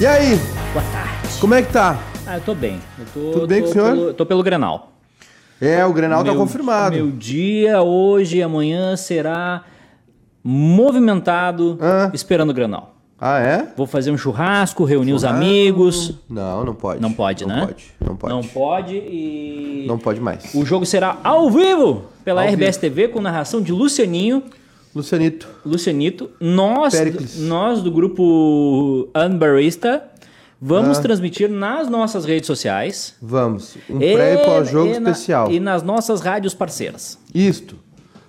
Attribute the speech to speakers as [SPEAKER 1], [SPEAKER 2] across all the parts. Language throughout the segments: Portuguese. [SPEAKER 1] E aí,
[SPEAKER 2] Boa tarde.
[SPEAKER 1] como é que tá?
[SPEAKER 2] Ah, eu tô bem. Eu tô,
[SPEAKER 1] Tudo bem
[SPEAKER 2] tô
[SPEAKER 1] com o senhor?
[SPEAKER 2] Pelo, tô pelo Grenal.
[SPEAKER 1] É, o Grenal tá
[SPEAKER 2] Meu-
[SPEAKER 1] confirmado.
[SPEAKER 2] Meu dia hoje e amanhã será movimentado
[SPEAKER 1] Ah.
[SPEAKER 2] esperando o Grenal.
[SPEAKER 1] Ah, é? Ah,
[SPEAKER 2] Vou fazer um churrasco, reunir os amigos.
[SPEAKER 1] Não, não pode.
[SPEAKER 2] Não pode,
[SPEAKER 1] não
[SPEAKER 2] né?
[SPEAKER 1] Pode. Não pode.
[SPEAKER 2] Não pode e...
[SPEAKER 1] Não pode mais.
[SPEAKER 2] O jogo será ao vivo pela
[SPEAKER 1] Ao
[SPEAKER 2] RBS TV com narração de Lucianinho,
[SPEAKER 1] Lucianito.
[SPEAKER 2] Lucianito. Nós,
[SPEAKER 1] Pericles.
[SPEAKER 2] nós do grupo Unbarista vamos transmitir nas nossas redes sociais.
[SPEAKER 1] Vamos. Um pré e pós-jogo
[SPEAKER 2] É, e na-
[SPEAKER 1] especial.
[SPEAKER 2] e nas nossas rádios parceiras.
[SPEAKER 1] Isto.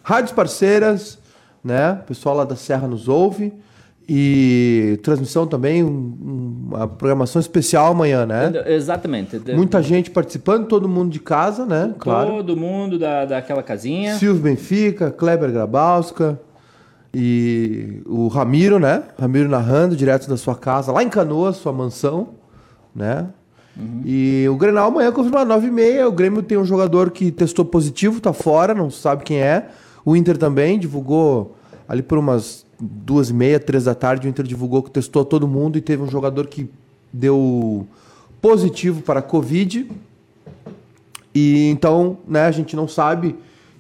[SPEAKER 1] Rádios parceiras, né? O pessoal lá da Serra nos ouve. E transmissão também, um- uma programação especial amanhã, né?
[SPEAKER 2] Exatamente.
[SPEAKER 1] Muita gente participando, todo mundo de casa, né? Claro.
[SPEAKER 2] Todo mundo da, daquela casinha.
[SPEAKER 1] Silvio Benfica, Kleber Grabowska e o Ramiro, né? Ramiro narrando direto da sua casa, lá em Canoas, sua mansão, né? E o Grenal amanhã é confirmado 9 e meia. O Grêmio tem um jogador que testou positivo, tá fora, não sabe quem é. O Inter também divulgou ali por umas duas e meia, três da tarde. O Inter divulgou que testou todo mundo e teve um jogador que deu positivo para a Covid. E então, né, a gente não sabe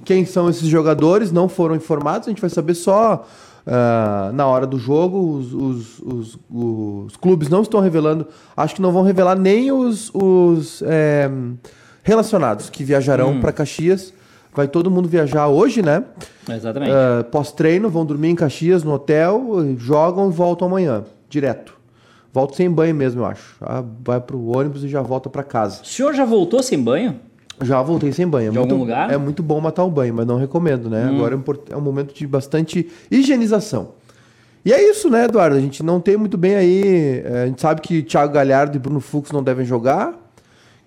[SPEAKER 1] quem são esses jogadores, não foram informados, a gente vai saber só ah, na hora do jogo. Os, os- os- os clubes não estão revelando, acho que não vão revelar nem os, os, eh, relacionados que viajarão para Caxias. Vai todo mundo viajar hoje, né?
[SPEAKER 2] Exatamente.
[SPEAKER 1] Ah, Pós-treino, vão dormir em Caxias, no hotel, jogam e voltam amanhã, direto. Volto sem banho mesmo, eu acho. Ah, vai pro ônibus e já volta para casa.
[SPEAKER 2] O senhor já voltou sem banho?
[SPEAKER 1] Já voltei sem banho. É
[SPEAKER 2] De
[SPEAKER 1] muito,
[SPEAKER 2] algum lugar? Hum.
[SPEAKER 1] É muito bom matar o banho, mas não recomendo, né? Agora é um por- é um momento de bastante higienização. E é isso, né, Eduardo? A gente não tem muito bem aí. eh, A gente sabe que Thiago Galhardo e Bruno Fux não devem jogar,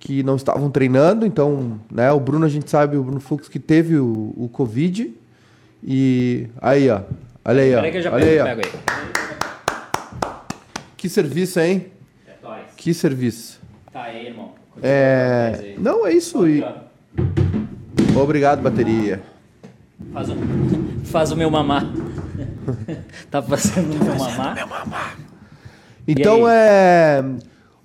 [SPEAKER 1] que não estavam treinando. Então, né, o Bruno, a gente sabe, o Bruno Fux que teve o, o Covid. E aí, ó. Olha aí, ó.
[SPEAKER 2] Peraí que eu já
[SPEAKER 1] Olha
[SPEAKER 2] pego,
[SPEAKER 1] aí, ó.
[SPEAKER 2] pego aí.
[SPEAKER 1] Que serviço, hein?
[SPEAKER 2] É nóis.
[SPEAKER 1] Que serviço.
[SPEAKER 2] Tá aí, irmão. Continua
[SPEAKER 1] É.
[SPEAKER 2] atrás aí.
[SPEAKER 1] Não, é isso. E... Obrigado, bateria.
[SPEAKER 2] Faz o, faz o meu mamá. tá fazendo o meu mamá?
[SPEAKER 1] Então
[SPEAKER 2] E aí?
[SPEAKER 1] é.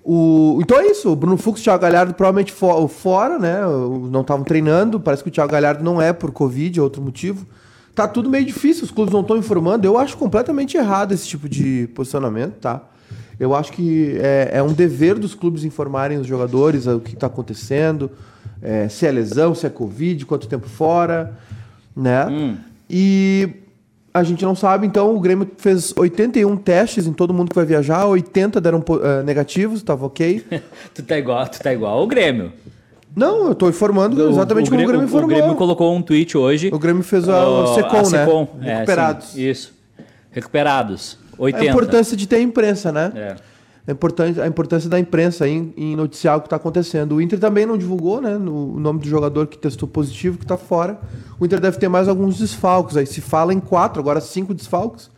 [SPEAKER 1] O, então é isso, o Bruno Fux e o Thiago Galhardo provavelmente fo- fora, né? o- Não estavam treinando, parece que o Thiago Galhardo não é por Covid, é outro motivo. Tá tudo meio difícil, os clubes não estão informando. Eu acho completamente errado esse tipo de posicionamento, tá? Eu acho que é, é um dever dos clubes informarem os jogadores é, o que está acontecendo, é, se é lesão, se é Covid, quanto tempo fora, né?
[SPEAKER 2] Hum.
[SPEAKER 1] E a gente não sabe, então o Grêmio fez 81 testes em todo mundo que vai viajar, 80 deram po- eh, negativos, tava ok.
[SPEAKER 2] tu tá igual, tu tá igual o Grêmio.
[SPEAKER 1] Não, eu tô informando exatamente como o Grêmio
[SPEAKER 2] o,
[SPEAKER 1] informou.
[SPEAKER 2] Grêmio colocou um tweet hoje.
[SPEAKER 1] O Grêmio fez a- o
[SPEAKER 2] Ó,
[SPEAKER 1] Secom, né?
[SPEAKER 2] Secom, é,
[SPEAKER 1] Recuperados. É
[SPEAKER 2] sim, isso. Recuperados. 80.
[SPEAKER 1] a importância de ter imprensa, né?
[SPEAKER 2] É.
[SPEAKER 1] A importância, a importância da imprensa em, em noticiar o que está acontecendo. O Inter também não divulgou né, no- o nome do jogador que testou positivo, que está fora. O Inter deve ter mais alguns desfalques. Aí se fala em quatro, agora cinco desfalques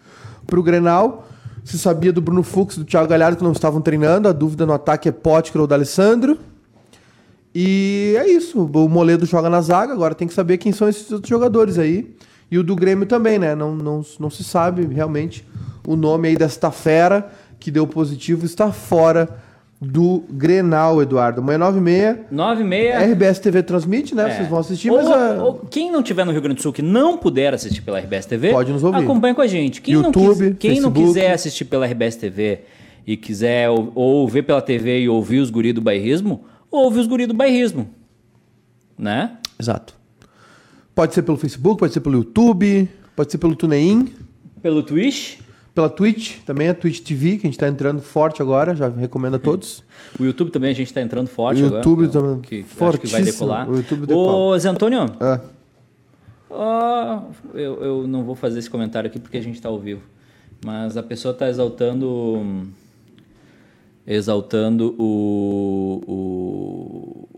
[SPEAKER 1] para o Grenal. Se sabia do Bruno Fux, do Thiago Galhardo, que não estavam treinando. A dúvida no ataque é Potker ou D'Alessandro. E é isso. O Moledo joga na zaga, agora tem que saber quem são esses outros jogadores aí. E o do Grêmio também, né? Não, não, não se sabe realmente o nome aí desta fera que deu positivo está fora do Grenal, Eduardo. Amanhã 9 h 30
[SPEAKER 2] 9 e meia.
[SPEAKER 1] RBS TV transmite, né?
[SPEAKER 2] É.
[SPEAKER 1] Vocês vão assistir,
[SPEAKER 2] Ou-
[SPEAKER 1] mas ah,
[SPEAKER 2] ou quem não tiver no Rio Grande do Sul que não puder assistir pela RBS TV,
[SPEAKER 1] Pode nos ouvir.
[SPEAKER 2] Acompanha com a gente. Quem não
[SPEAKER 1] YouTube,
[SPEAKER 2] quis- quem não
[SPEAKER 1] Facebook.
[SPEAKER 2] quiser assistir pela RBS TV e quiser ou, ou ver pela TV e ouvir os guri do bairrismo, ouve os guri do bairrismo. Né?
[SPEAKER 1] Exato. Pode ser pelo Facebook, pode ser pelo YouTube, pode ser pelo TuneIn,
[SPEAKER 2] Pelo Twitch,
[SPEAKER 1] pela Twitch, também a Twitch TV, que a gente tá entrando forte agora, já recomendo a todos.
[SPEAKER 2] o YouTube também a gente tá entrando forte
[SPEAKER 1] O
[SPEAKER 2] agora.
[SPEAKER 1] YouTube também,
[SPEAKER 2] que acho que vai
[SPEAKER 1] fortíssimo.
[SPEAKER 2] decolar.
[SPEAKER 1] O YouTube decola.
[SPEAKER 2] Ô, Zé Antônio,
[SPEAKER 1] Ah.
[SPEAKER 2] ó, Ah, eu, eu não vou fazer esse comentário aqui porque a gente tá ao vivo. Mas a pessoa tá exaltando. hum, exaltando o, o-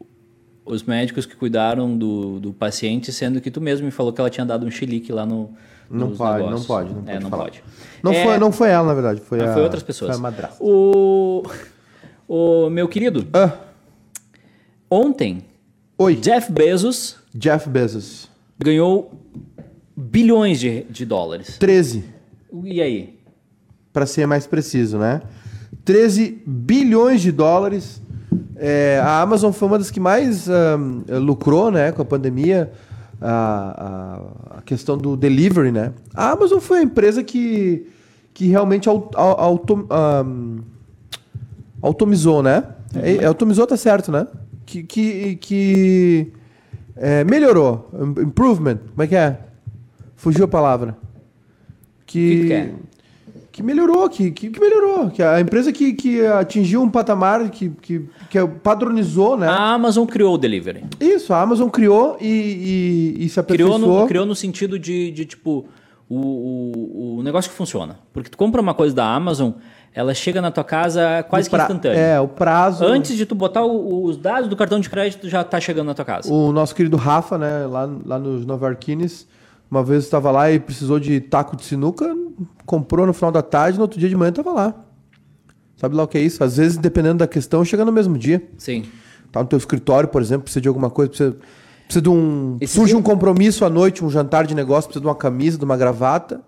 [SPEAKER 2] os médicos que cuidaram do, do paciente, sendo que tu mesmo me falou que ela tinha dado um chilique lá no
[SPEAKER 1] Não
[SPEAKER 2] nos
[SPEAKER 1] pode,
[SPEAKER 2] negócios.
[SPEAKER 1] não pode, não
[SPEAKER 2] é,
[SPEAKER 1] pode
[SPEAKER 2] não
[SPEAKER 1] falar.
[SPEAKER 2] pode.
[SPEAKER 1] Não,
[SPEAKER 2] É,
[SPEAKER 1] foi, não foi ela, na verdade. Foi,
[SPEAKER 2] mas
[SPEAKER 1] a-
[SPEAKER 2] foi outras pessoas.
[SPEAKER 1] Foi a madrasta.
[SPEAKER 2] O, o meu querido,
[SPEAKER 1] Ah,
[SPEAKER 2] ontem
[SPEAKER 1] oi,
[SPEAKER 2] Jeff Bezos
[SPEAKER 1] Jeff Bezos.
[SPEAKER 2] ganhou bilhões de, de dólares.
[SPEAKER 1] 13,
[SPEAKER 2] E aí?
[SPEAKER 1] para ser mais preciso, né? 13 bilhões de dólares. É, a Amazon foi uma das que mais ahm, lucrou né, com a pandemia, a, a- a questão do delivery. Né? A Amazon foi a empresa que, que realmente au- au- autom- ahm, automizou, né? É, é, automizou tá certo, né? Que, que, que é, melhorou. Im- Improvement. Como é que é? Fugiu a palavra.
[SPEAKER 2] O
[SPEAKER 1] Que,
[SPEAKER 2] que que é?
[SPEAKER 1] que melhorou, que, que, que melhorou. Que a empresa que, que atingiu um patamar que, que, que padronizou, né?
[SPEAKER 2] A Amazon criou o delivery.
[SPEAKER 1] Isso, a Amazon criou e, e, e se aperfeiçoou.
[SPEAKER 2] Criou no, criou no sentido de, de, tipo, o, o, o negócio que funciona. Porque tu compra uma coisa da Amazon, ela chega na tua casa quase
[SPEAKER 1] O
[SPEAKER 2] que
[SPEAKER 1] pra-
[SPEAKER 2] instantânea.
[SPEAKER 1] É, o prazo.
[SPEAKER 2] Antes de tu botar o- os dados do cartão de crédito, já tá chegando na tua casa.
[SPEAKER 1] O nosso querido Rafa, né, lá, lá nos Nova Arquines, uma vez estava lá e precisou de taco de sinuca, comprou no final da tarde, no outro dia de manhã estava lá. Sabe lá o que é isso? Às vezes, dependendo da questão, chega no mesmo dia.
[SPEAKER 2] Sim.
[SPEAKER 1] Tá no teu escritório, por exemplo, precisa de alguma coisa, precisa, precisa de um...
[SPEAKER 2] Esse
[SPEAKER 1] surge
[SPEAKER 2] dia-
[SPEAKER 1] um compromisso à noite, um jantar de negócio, precisa de uma camisa, de uma gravata,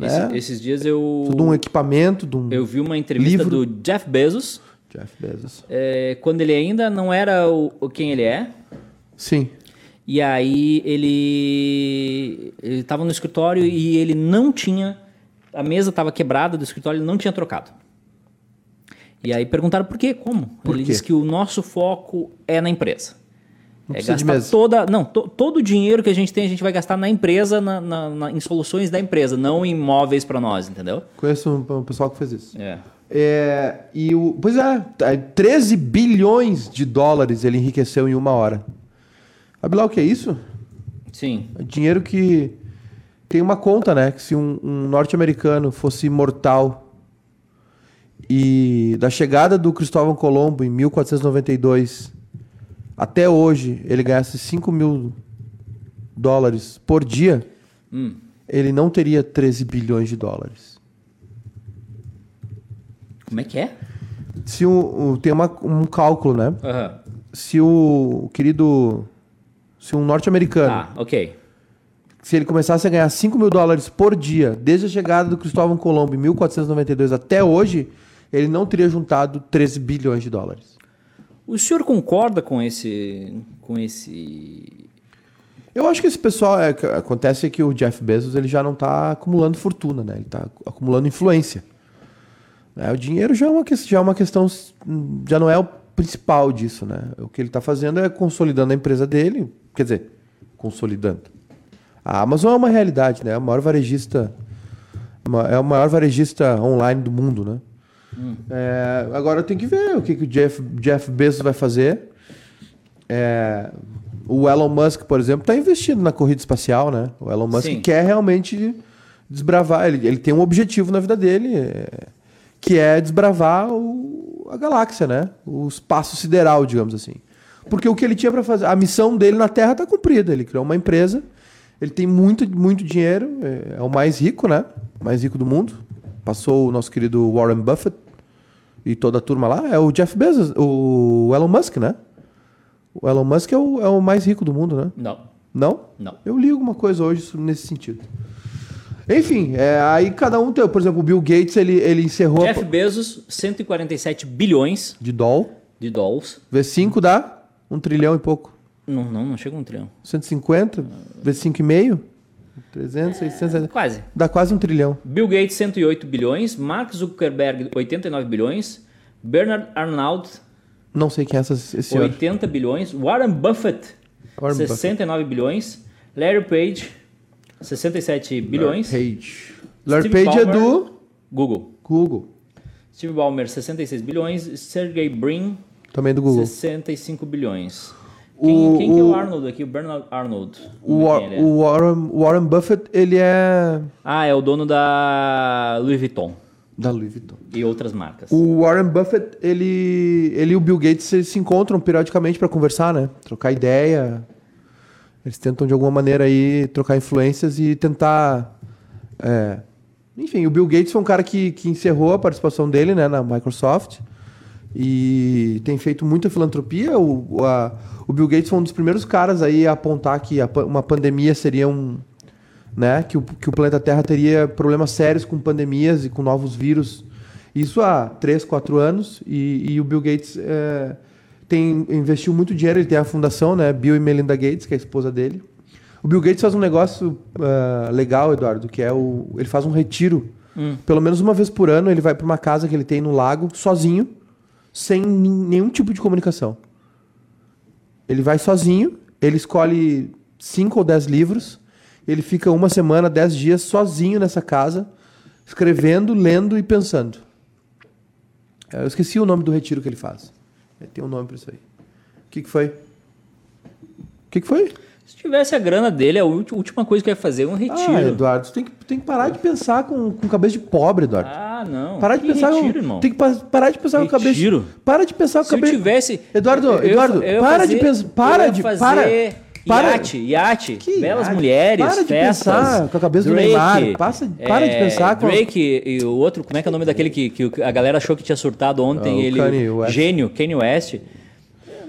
[SPEAKER 2] Esse- esses dias eu,
[SPEAKER 1] precisa de É? um equipamento, de um...
[SPEAKER 2] eu vi uma entrevista
[SPEAKER 1] Livro.
[SPEAKER 2] do Jeff Bezos,
[SPEAKER 1] Jeff Bezos.
[SPEAKER 2] é, quando ele ainda não era o, o quem ele é.
[SPEAKER 1] Sim.
[SPEAKER 2] E aí ele ele estava no escritório e ele não tinha a mesa estava quebrada do escritório, ele não tinha trocado. E aí perguntaram por quê, como?
[SPEAKER 1] Por
[SPEAKER 2] ele
[SPEAKER 1] quê?
[SPEAKER 2] disse que o nosso foco é na empresa.
[SPEAKER 1] Não
[SPEAKER 2] é
[SPEAKER 1] precisa de
[SPEAKER 2] gastar
[SPEAKER 1] mesa.
[SPEAKER 2] toda, não, to- todo o dinheiro que a gente tem a gente vai gastar na empresa, na, na- na- em soluções da empresa, não em imóveis para nós, entendeu?
[SPEAKER 1] Conheço um, um pessoal que fez isso.
[SPEAKER 2] É.
[SPEAKER 1] É, e o, pois é, tá, 13 bilhões de dólares ele enriqueceu em uma hora. Sabe lá o que é isso?
[SPEAKER 2] Sim.
[SPEAKER 1] É dinheiro que tem uma conta, né? Que se um, um norte-americano fosse mortal e da chegada do Cristóvão Colombo em 1492 até hoje ele ganhasse 5 mil dólares por dia,
[SPEAKER 2] Hum.
[SPEAKER 1] ele não teria 13 bilhões de dólares.
[SPEAKER 2] Como é que é?
[SPEAKER 1] Se um, um- tem uma- um cálculo, né?
[SPEAKER 2] Aham.
[SPEAKER 1] se o, o querido. Se um norte-americano,
[SPEAKER 2] Tá, ok.
[SPEAKER 1] se ele começasse a ganhar 5 mil dólares por dia, desde a chegada do Cristóvão Colombo em 1492 até hoje, ele não teria juntado 13 bilhões de dólares.
[SPEAKER 2] O senhor concorda com esse com esse
[SPEAKER 1] Eu acho que esse pessoal. é, que acontece que o Jeff Bezos ele já não está acumulando fortuna, né? Ele está acumulando influência. né? O dinheiro já é, uma, que- já é uma questão. hum, Já não é o principal disso, né? O que ele está fazendo é consolidando a empresa dele. Quer dizer, consolidando. A Amazon é uma realidade, né? É o maior varejista. ma- É o maior varejista online do mundo, né? É, agora tem que ver o que, que o Jeff, Jeff Bezos vai fazer. É, o Elon Musk, por exemplo, está investindo na corrida espacial, né? O Elon Musk
[SPEAKER 2] Sim.
[SPEAKER 1] quer realmente desbravar. Ele, ele tem um objetivo na vida dele, é, que é desbravar o- a galáxia, né? O espaço sideral, digamos assim. Porque o que ele tinha para fazer, a missão dele na Terra está cumprida. Ele criou uma empresa, ele tem muito, muito dinheiro, é, é o mais rico, né? O mais rico do mundo. Passou o nosso querido Warren Buffett e toda a turma lá. É o Jeff Bezos, o Elon Musk, né? O Elon Musk é o, é o mais rico do mundo, né?
[SPEAKER 2] Não.
[SPEAKER 1] Não?
[SPEAKER 2] Não.
[SPEAKER 1] Eu li alguma coisa hoje sobre- nesse sentido. Enfim, é, aí cada um tem. Por exemplo, o Bill Gates ele, ele encerrou a
[SPEAKER 2] Jeff Bezos, 147 bilhões
[SPEAKER 1] de doll.
[SPEAKER 2] de dólares.
[SPEAKER 1] V5 dá um trilhão e pouco.
[SPEAKER 2] Não, não, não chega a um trilhão.
[SPEAKER 1] 150 vezes 5,5? 300, 600, 700.
[SPEAKER 2] Quase.
[SPEAKER 1] Dá quase um trilhão.
[SPEAKER 2] Bill Gates, 108 bilhões. Mark Zuckerberg, 89 bilhões. Bernard Arnault,
[SPEAKER 1] Não sei quem é essa, esse senhor.
[SPEAKER 2] 80 bilhões. Warren Buffett,
[SPEAKER 1] Warren
[SPEAKER 2] 69 bilhões. Larry Page, 67 bilhões.
[SPEAKER 1] Page. Larry
[SPEAKER 2] Steve
[SPEAKER 1] Page é
[SPEAKER 2] Ballmer.
[SPEAKER 1] do
[SPEAKER 2] Google.
[SPEAKER 1] Google.
[SPEAKER 2] Steve Ballmer, 66 bilhões. Sergey Brin,
[SPEAKER 1] Também é do Google.
[SPEAKER 2] 65 bilhões.
[SPEAKER 1] O-
[SPEAKER 2] Quem, quem que é
[SPEAKER 1] o-
[SPEAKER 2] o Arnold aqui? O Bernard Arnold.
[SPEAKER 1] O,
[SPEAKER 2] Vamos ver
[SPEAKER 1] Wa-
[SPEAKER 2] quem ele é.
[SPEAKER 1] o Warren, Warren Buffett, ele é
[SPEAKER 2] Ah, é o dono da Louis Vuitton
[SPEAKER 1] da Louis Vuitton.
[SPEAKER 2] e outras marcas.
[SPEAKER 1] O Warren Buffett, ele, ele e o Bill Gates eles se encontram periodicamente para conversar, né? Trocar ideia. Eles tentam de alguma maneira aí trocar influências e tentar. é, Enfim, o Bill Gates foi um cara que, que encerrou a participação dele né, na Microsoft e tem feito muita filantropia. O, a- o Bill Gates foi um dos primeiros caras aí a apontar que a pa- uma pandemia seria um. Né, que, o, que o planeta Terra teria problemas sérios com pandemias e com novos vírus Isso há 3, 4 anos e, e o Bill Gates é, tem, investiu muito dinheiro, ele tem a fundação, né? Bill e Melinda Gates, que é a esposa dele. O Bill Gates faz um negócio ah, legal, Eduardo, que é o. Ele faz um retiro. Pelo menos uma vez por ano, ele vai para uma casa que ele tem no lago, sozinho, sem nin- nenhum tipo de comunicação. Ele vai sozinho, ele escolhe cinco ou dez livros, ele fica uma semana, dez dias sozinho nessa casa, escrevendo, lendo e pensando. Eh, Eu esqueci o nome do retiro que ele faz. Eh, Tem um nome pra isso aí. O que, que foi? O que, que foi?
[SPEAKER 2] Se tivesse a grana dele, é a ulti- última coisa que eu ia fazer é um
[SPEAKER 1] Ah,
[SPEAKER 2] retiro.
[SPEAKER 1] Eduardo, você tem que, tem que parar de pensar com, com cabeça de pobre, Eduardo.
[SPEAKER 2] Ah, não.
[SPEAKER 1] Parar de
[SPEAKER 2] que
[SPEAKER 1] pensar
[SPEAKER 2] retiro,
[SPEAKER 1] com,
[SPEAKER 2] irmão.
[SPEAKER 1] Tem que pa- parar de pensar com a cabeça.
[SPEAKER 2] Retiro?
[SPEAKER 1] Para de pensar com a
[SPEAKER 2] Se eu
[SPEAKER 1] cabeça.
[SPEAKER 2] tivesse.
[SPEAKER 1] Eduardo,
[SPEAKER 2] eu- eu-
[SPEAKER 1] Eduardo,
[SPEAKER 2] eu ia
[SPEAKER 1] para
[SPEAKER 2] fazer-
[SPEAKER 1] de pensar. Para
[SPEAKER 2] eu ia
[SPEAKER 1] de.
[SPEAKER 2] fazer
[SPEAKER 1] Para. Para.
[SPEAKER 2] Iate, iate,
[SPEAKER 1] Que
[SPEAKER 2] belas
[SPEAKER 1] iate?
[SPEAKER 2] mulheres,
[SPEAKER 1] Para de
[SPEAKER 2] festas, é,
[SPEAKER 1] pensar com a cabeça do Neymar. Passa- para de pensar com a-
[SPEAKER 2] Drake e o outro, como é que é o nome daquele que, que o- a galera achou que tinha surtado ontem?
[SPEAKER 1] Ah, o
[SPEAKER 2] ele,
[SPEAKER 1] Kanye West.
[SPEAKER 2] Gênio, Kanye West.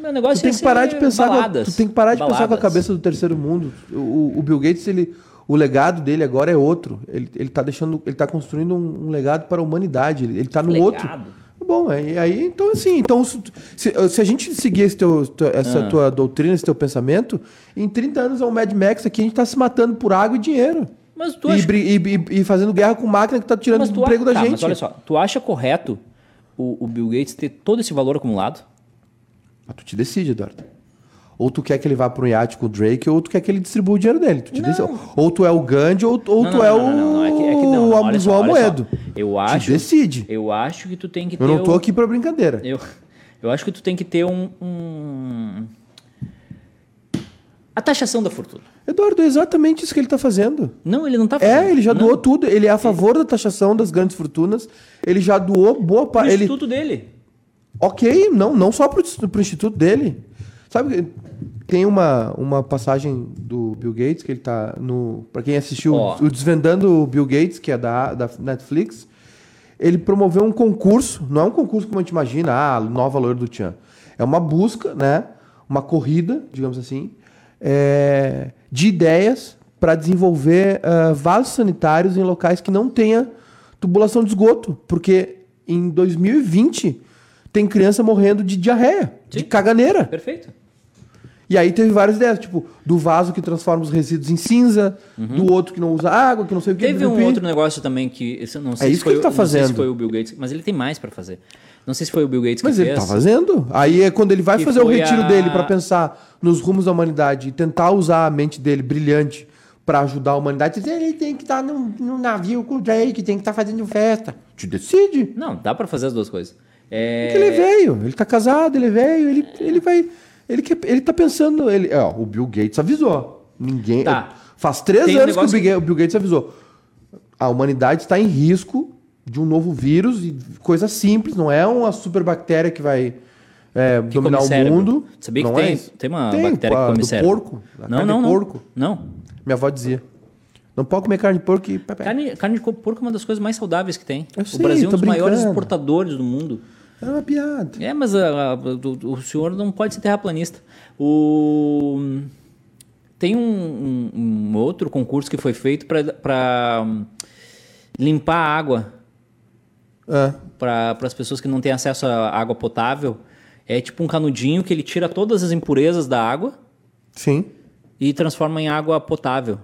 [SPEAKER 2] Meu negócio
[SPEAKER 1] Tu tem
[SPEAKER 2] ia
[SPEAKER 1] que parar
[SPEAKER 2] ser
[SPEAKER 1] de pensar. com a-
[SPEAKER 2] baladas,
[SPEAKER 1] tu tem que parar de pensar com a
[SPEAKER 2] baladas.
[SPEAKER 1] cabeça do terceiro mundo. O, o- o Bill Gates, ele, o legado dele agora é outro. Ele, ele tá deixando. Ele tá construindo um, um legado para a humanidade. Ele, ele tá no
[SPEAKER 2] Legado.
[SPEAKER 1] outro. Bom, aí, aí, então assim, então se, se- se a gente seguir esse teu- tu-
[SPEAKER 2] Ah.
[SPEAKER 1] essa tua doutrina, esse teu pensamento, em 30 anos é um Mad Max aqui, a gente tá se matando por água e dinheiro.
[SPEAKER 2] Mas tu
[SPEAKER 1] E,
[SPEAKER 2] acha
[SPEAKER 1] bri- e- e- e fazendo guerra com máquina que tá tirando
[SPEAKER 2] Mas
[SPEAKER 1] o
[SPEAKER 2] tu a-
[SPEAKER 1] emprego da
[SPEAKER 2] tá,
[SPEAKER 1] gente.
[SPEAKER 2] Mas olha só, tu acha correto o, o Bill Gates ter todo esse valor acumulado?
[SPEAKER 1] Mas tu te decide, Eduardo. Ou tu quer que ele vá para um iate com o Drake, ou tu quer que ele distribua o dinheiro dele. Tu te
[SPEAKER 2] Não.
[SPEAKER 1] decide. Ou tu é o Gandhi, ou, ou
[SPEAKER 2] Não,
[SPEAKER 1] tu
[SPEAKER 2] não,
[SPEAKER 1] é o
[SPEAKER 2] não, não, não, não, é que- é que não, não, olha só,
[SPEAKER 1] João
[SPEAKER 2] olha só.
[SPEAKER 1] Moedo.
[SPEAKER 2] Eu acho-
[SPEAKER 1] Te decide.
[SPEAKER 2] Eu acho que tu tem que ter.
[SPEAKER 1] Eu não tô
[SPEAKER 2] um-
[SPEAKER 1] aqui para brincadeira.
[SPEAKER 2] Eu, eu acho que tu tem que ter um, um- A taxação da fortuna.
[SPEAKER 1] Eduardo, é exatamente isso que ele tá fazendo.
[SPEAKER 2] Não, ele não tá fazendo.
[SPEAKER 1] É, ele já
[SPEAKER 2] não.
[SPEAKER 1] doou tudo. Ele é a favor da taxação das grandes fortunas. Ele já doou boa
[SPEAKER 2] O
[SPEAKER 1] parte. Ele...
[SPEAKER 2] instituto dele.
[SPEAKER 1] Ok, não, não só pro, pro instituto dele. Sabe, que tem uma, uma passagem do Bill Gates que ele tá no. Pra quem assistiu
[SPEAKER 2] Ó.
[SPEAKER 1] o Desvendando o Bill Gates, que é da, da Netflix, ele promoveu um concurso. Não é um concurso como a gente imagina, ah, nova loira do Tchan. É uma busca, né? Uma corrida, digamos assim, é, de ideias para desenvolver ah, vasos sanitários em locais que não tenha tubulação de esgoto. Porque em 2020 tem criança morrendo de diarreia, de
[SPEAKER 2] Sim.
[SPEAKER 1] caganeira.
[SPEAKER 2] Perfeito.
[SPEAKER 1] E aí teve várias ideias, tipo, do vaso que transforma os resíduos em cinza, do outro que não usa água, que não sei o que.
[SPEAKER 2] Teve um
[SPEAKER 1] pipipi.
[SPEAKER 2] outro negócio também que. esse eu Não sei
[SPEAKER 1] É
[SPEAKER 2] se
[SPEAKER 1] isso que
[SPEAKER 2] foi,
[SPEAKER 1] ele tá
[SPEAKER 2] o- não sei
[SPEAKER 1] fazendo.
[SPEAKER 2] se foi o Bill Gates, mas ele tem mais pra fazer. Não sei se foi o Bill Gates
[SPEAKER 1] Mas
[SPEAKER 2] que
[SPEAKER 1] ele
[SPEAKER 2] fez.
[SPEAKER 1] tá fazendo. Aí é quando ele vai
[SPEAKER 2] Que
[SPEAKER 1] fazer o
[SPEAKER 2] foi
[SPEAKER 1] retiro
[SPEAKER 2] a-
[SPEAKER 1] dele pra pensar nos rumos da humanidade e tentar usar a mente dele brilhante pra ajudar a humanidade. Ele tem que estar num, num navio com o Drake, tem que estar fazendo festa. Te decide.
[SPEAKER 2] Não, dá pra fazer as duas coisas.
[SPEAKER 1] Porque
[SPEAKER 2] É...
[SPEAKER 1] Ele é veio, ele tá casado, ele é veio, ele, ele vai. Ele, quer, ele tá pensando. Ele, ó, o Bill Gates avisou. Ninguém.
[SPEAKER 2] Tá.
[SPEAKER 1] Faz três
[SPEAKER 2] Tem um
[SPEAKER 1] anos que o,
[SPEAKER 2] negócio
[SPEAKER 1] Bill, Ga- o Bill Gates avisou. A humanidade está em risco de um novo vírus e coisa simples, não é uma super bactéria que vai é,
[SPEAKER 2] come
[SPEAKER 1] dominar o
[SPEAKER 2] cérebro.
[SPEAKER 1] mundo.
[SPEAKER 2] Sabia que
[SPEAKER 1] não é
[SPEAKER 2] tem-
[SPEAKER 1] isso.
[SPEAKER 2] tem uma bactéria que
[SPEAKER 1] a-
[SPEAKER 2] come
[SPEAKER 1] do
[SPEAKER 2] cérebro.
[SPEAKER 1] porco. a
[SPEAKER 2] Não,
[SPEAKER 1] carne
[SPEAKER 2] não,
[SPEAKER 1] de
[SPEAKER 2] não.
[SPEAKER 1] porco.
[SPEAKER 2] Não.
[SPEAKER 1] Minha avó dizia. Não pode comer carne de porco e.
[SPEAKER 2] Carne, carne de porco é uma das coisas mais saudáveis que tem.
[SPEAKER 1] Eu
[SPEAKER 2] o
[SPEAKER 1] sei,
[SPEAKER 2] Brasil é um
[SPEAKER 1] tô
[SPEAKER 2] dos maiores
[SPEAKER 1] brincando.
[SPEAKER 2] exportadores do mundo.
[SPEAKER 1] É uma piada.
[SPEAKER 2] É, mas a- a- o, o senhor não pode ser terraplanista. O- tem um, um- um outro concurso que foi feito para limpar a água
[SPEAKER 1] Ah,
[SPEAKER 2] para as pessoas que não têm acesso à água potável. É tipo um canudinho que ele tira todas as impurezas da água
[SPEAKER 1] sim.
[SPEAKER 2] e transforma em água potável.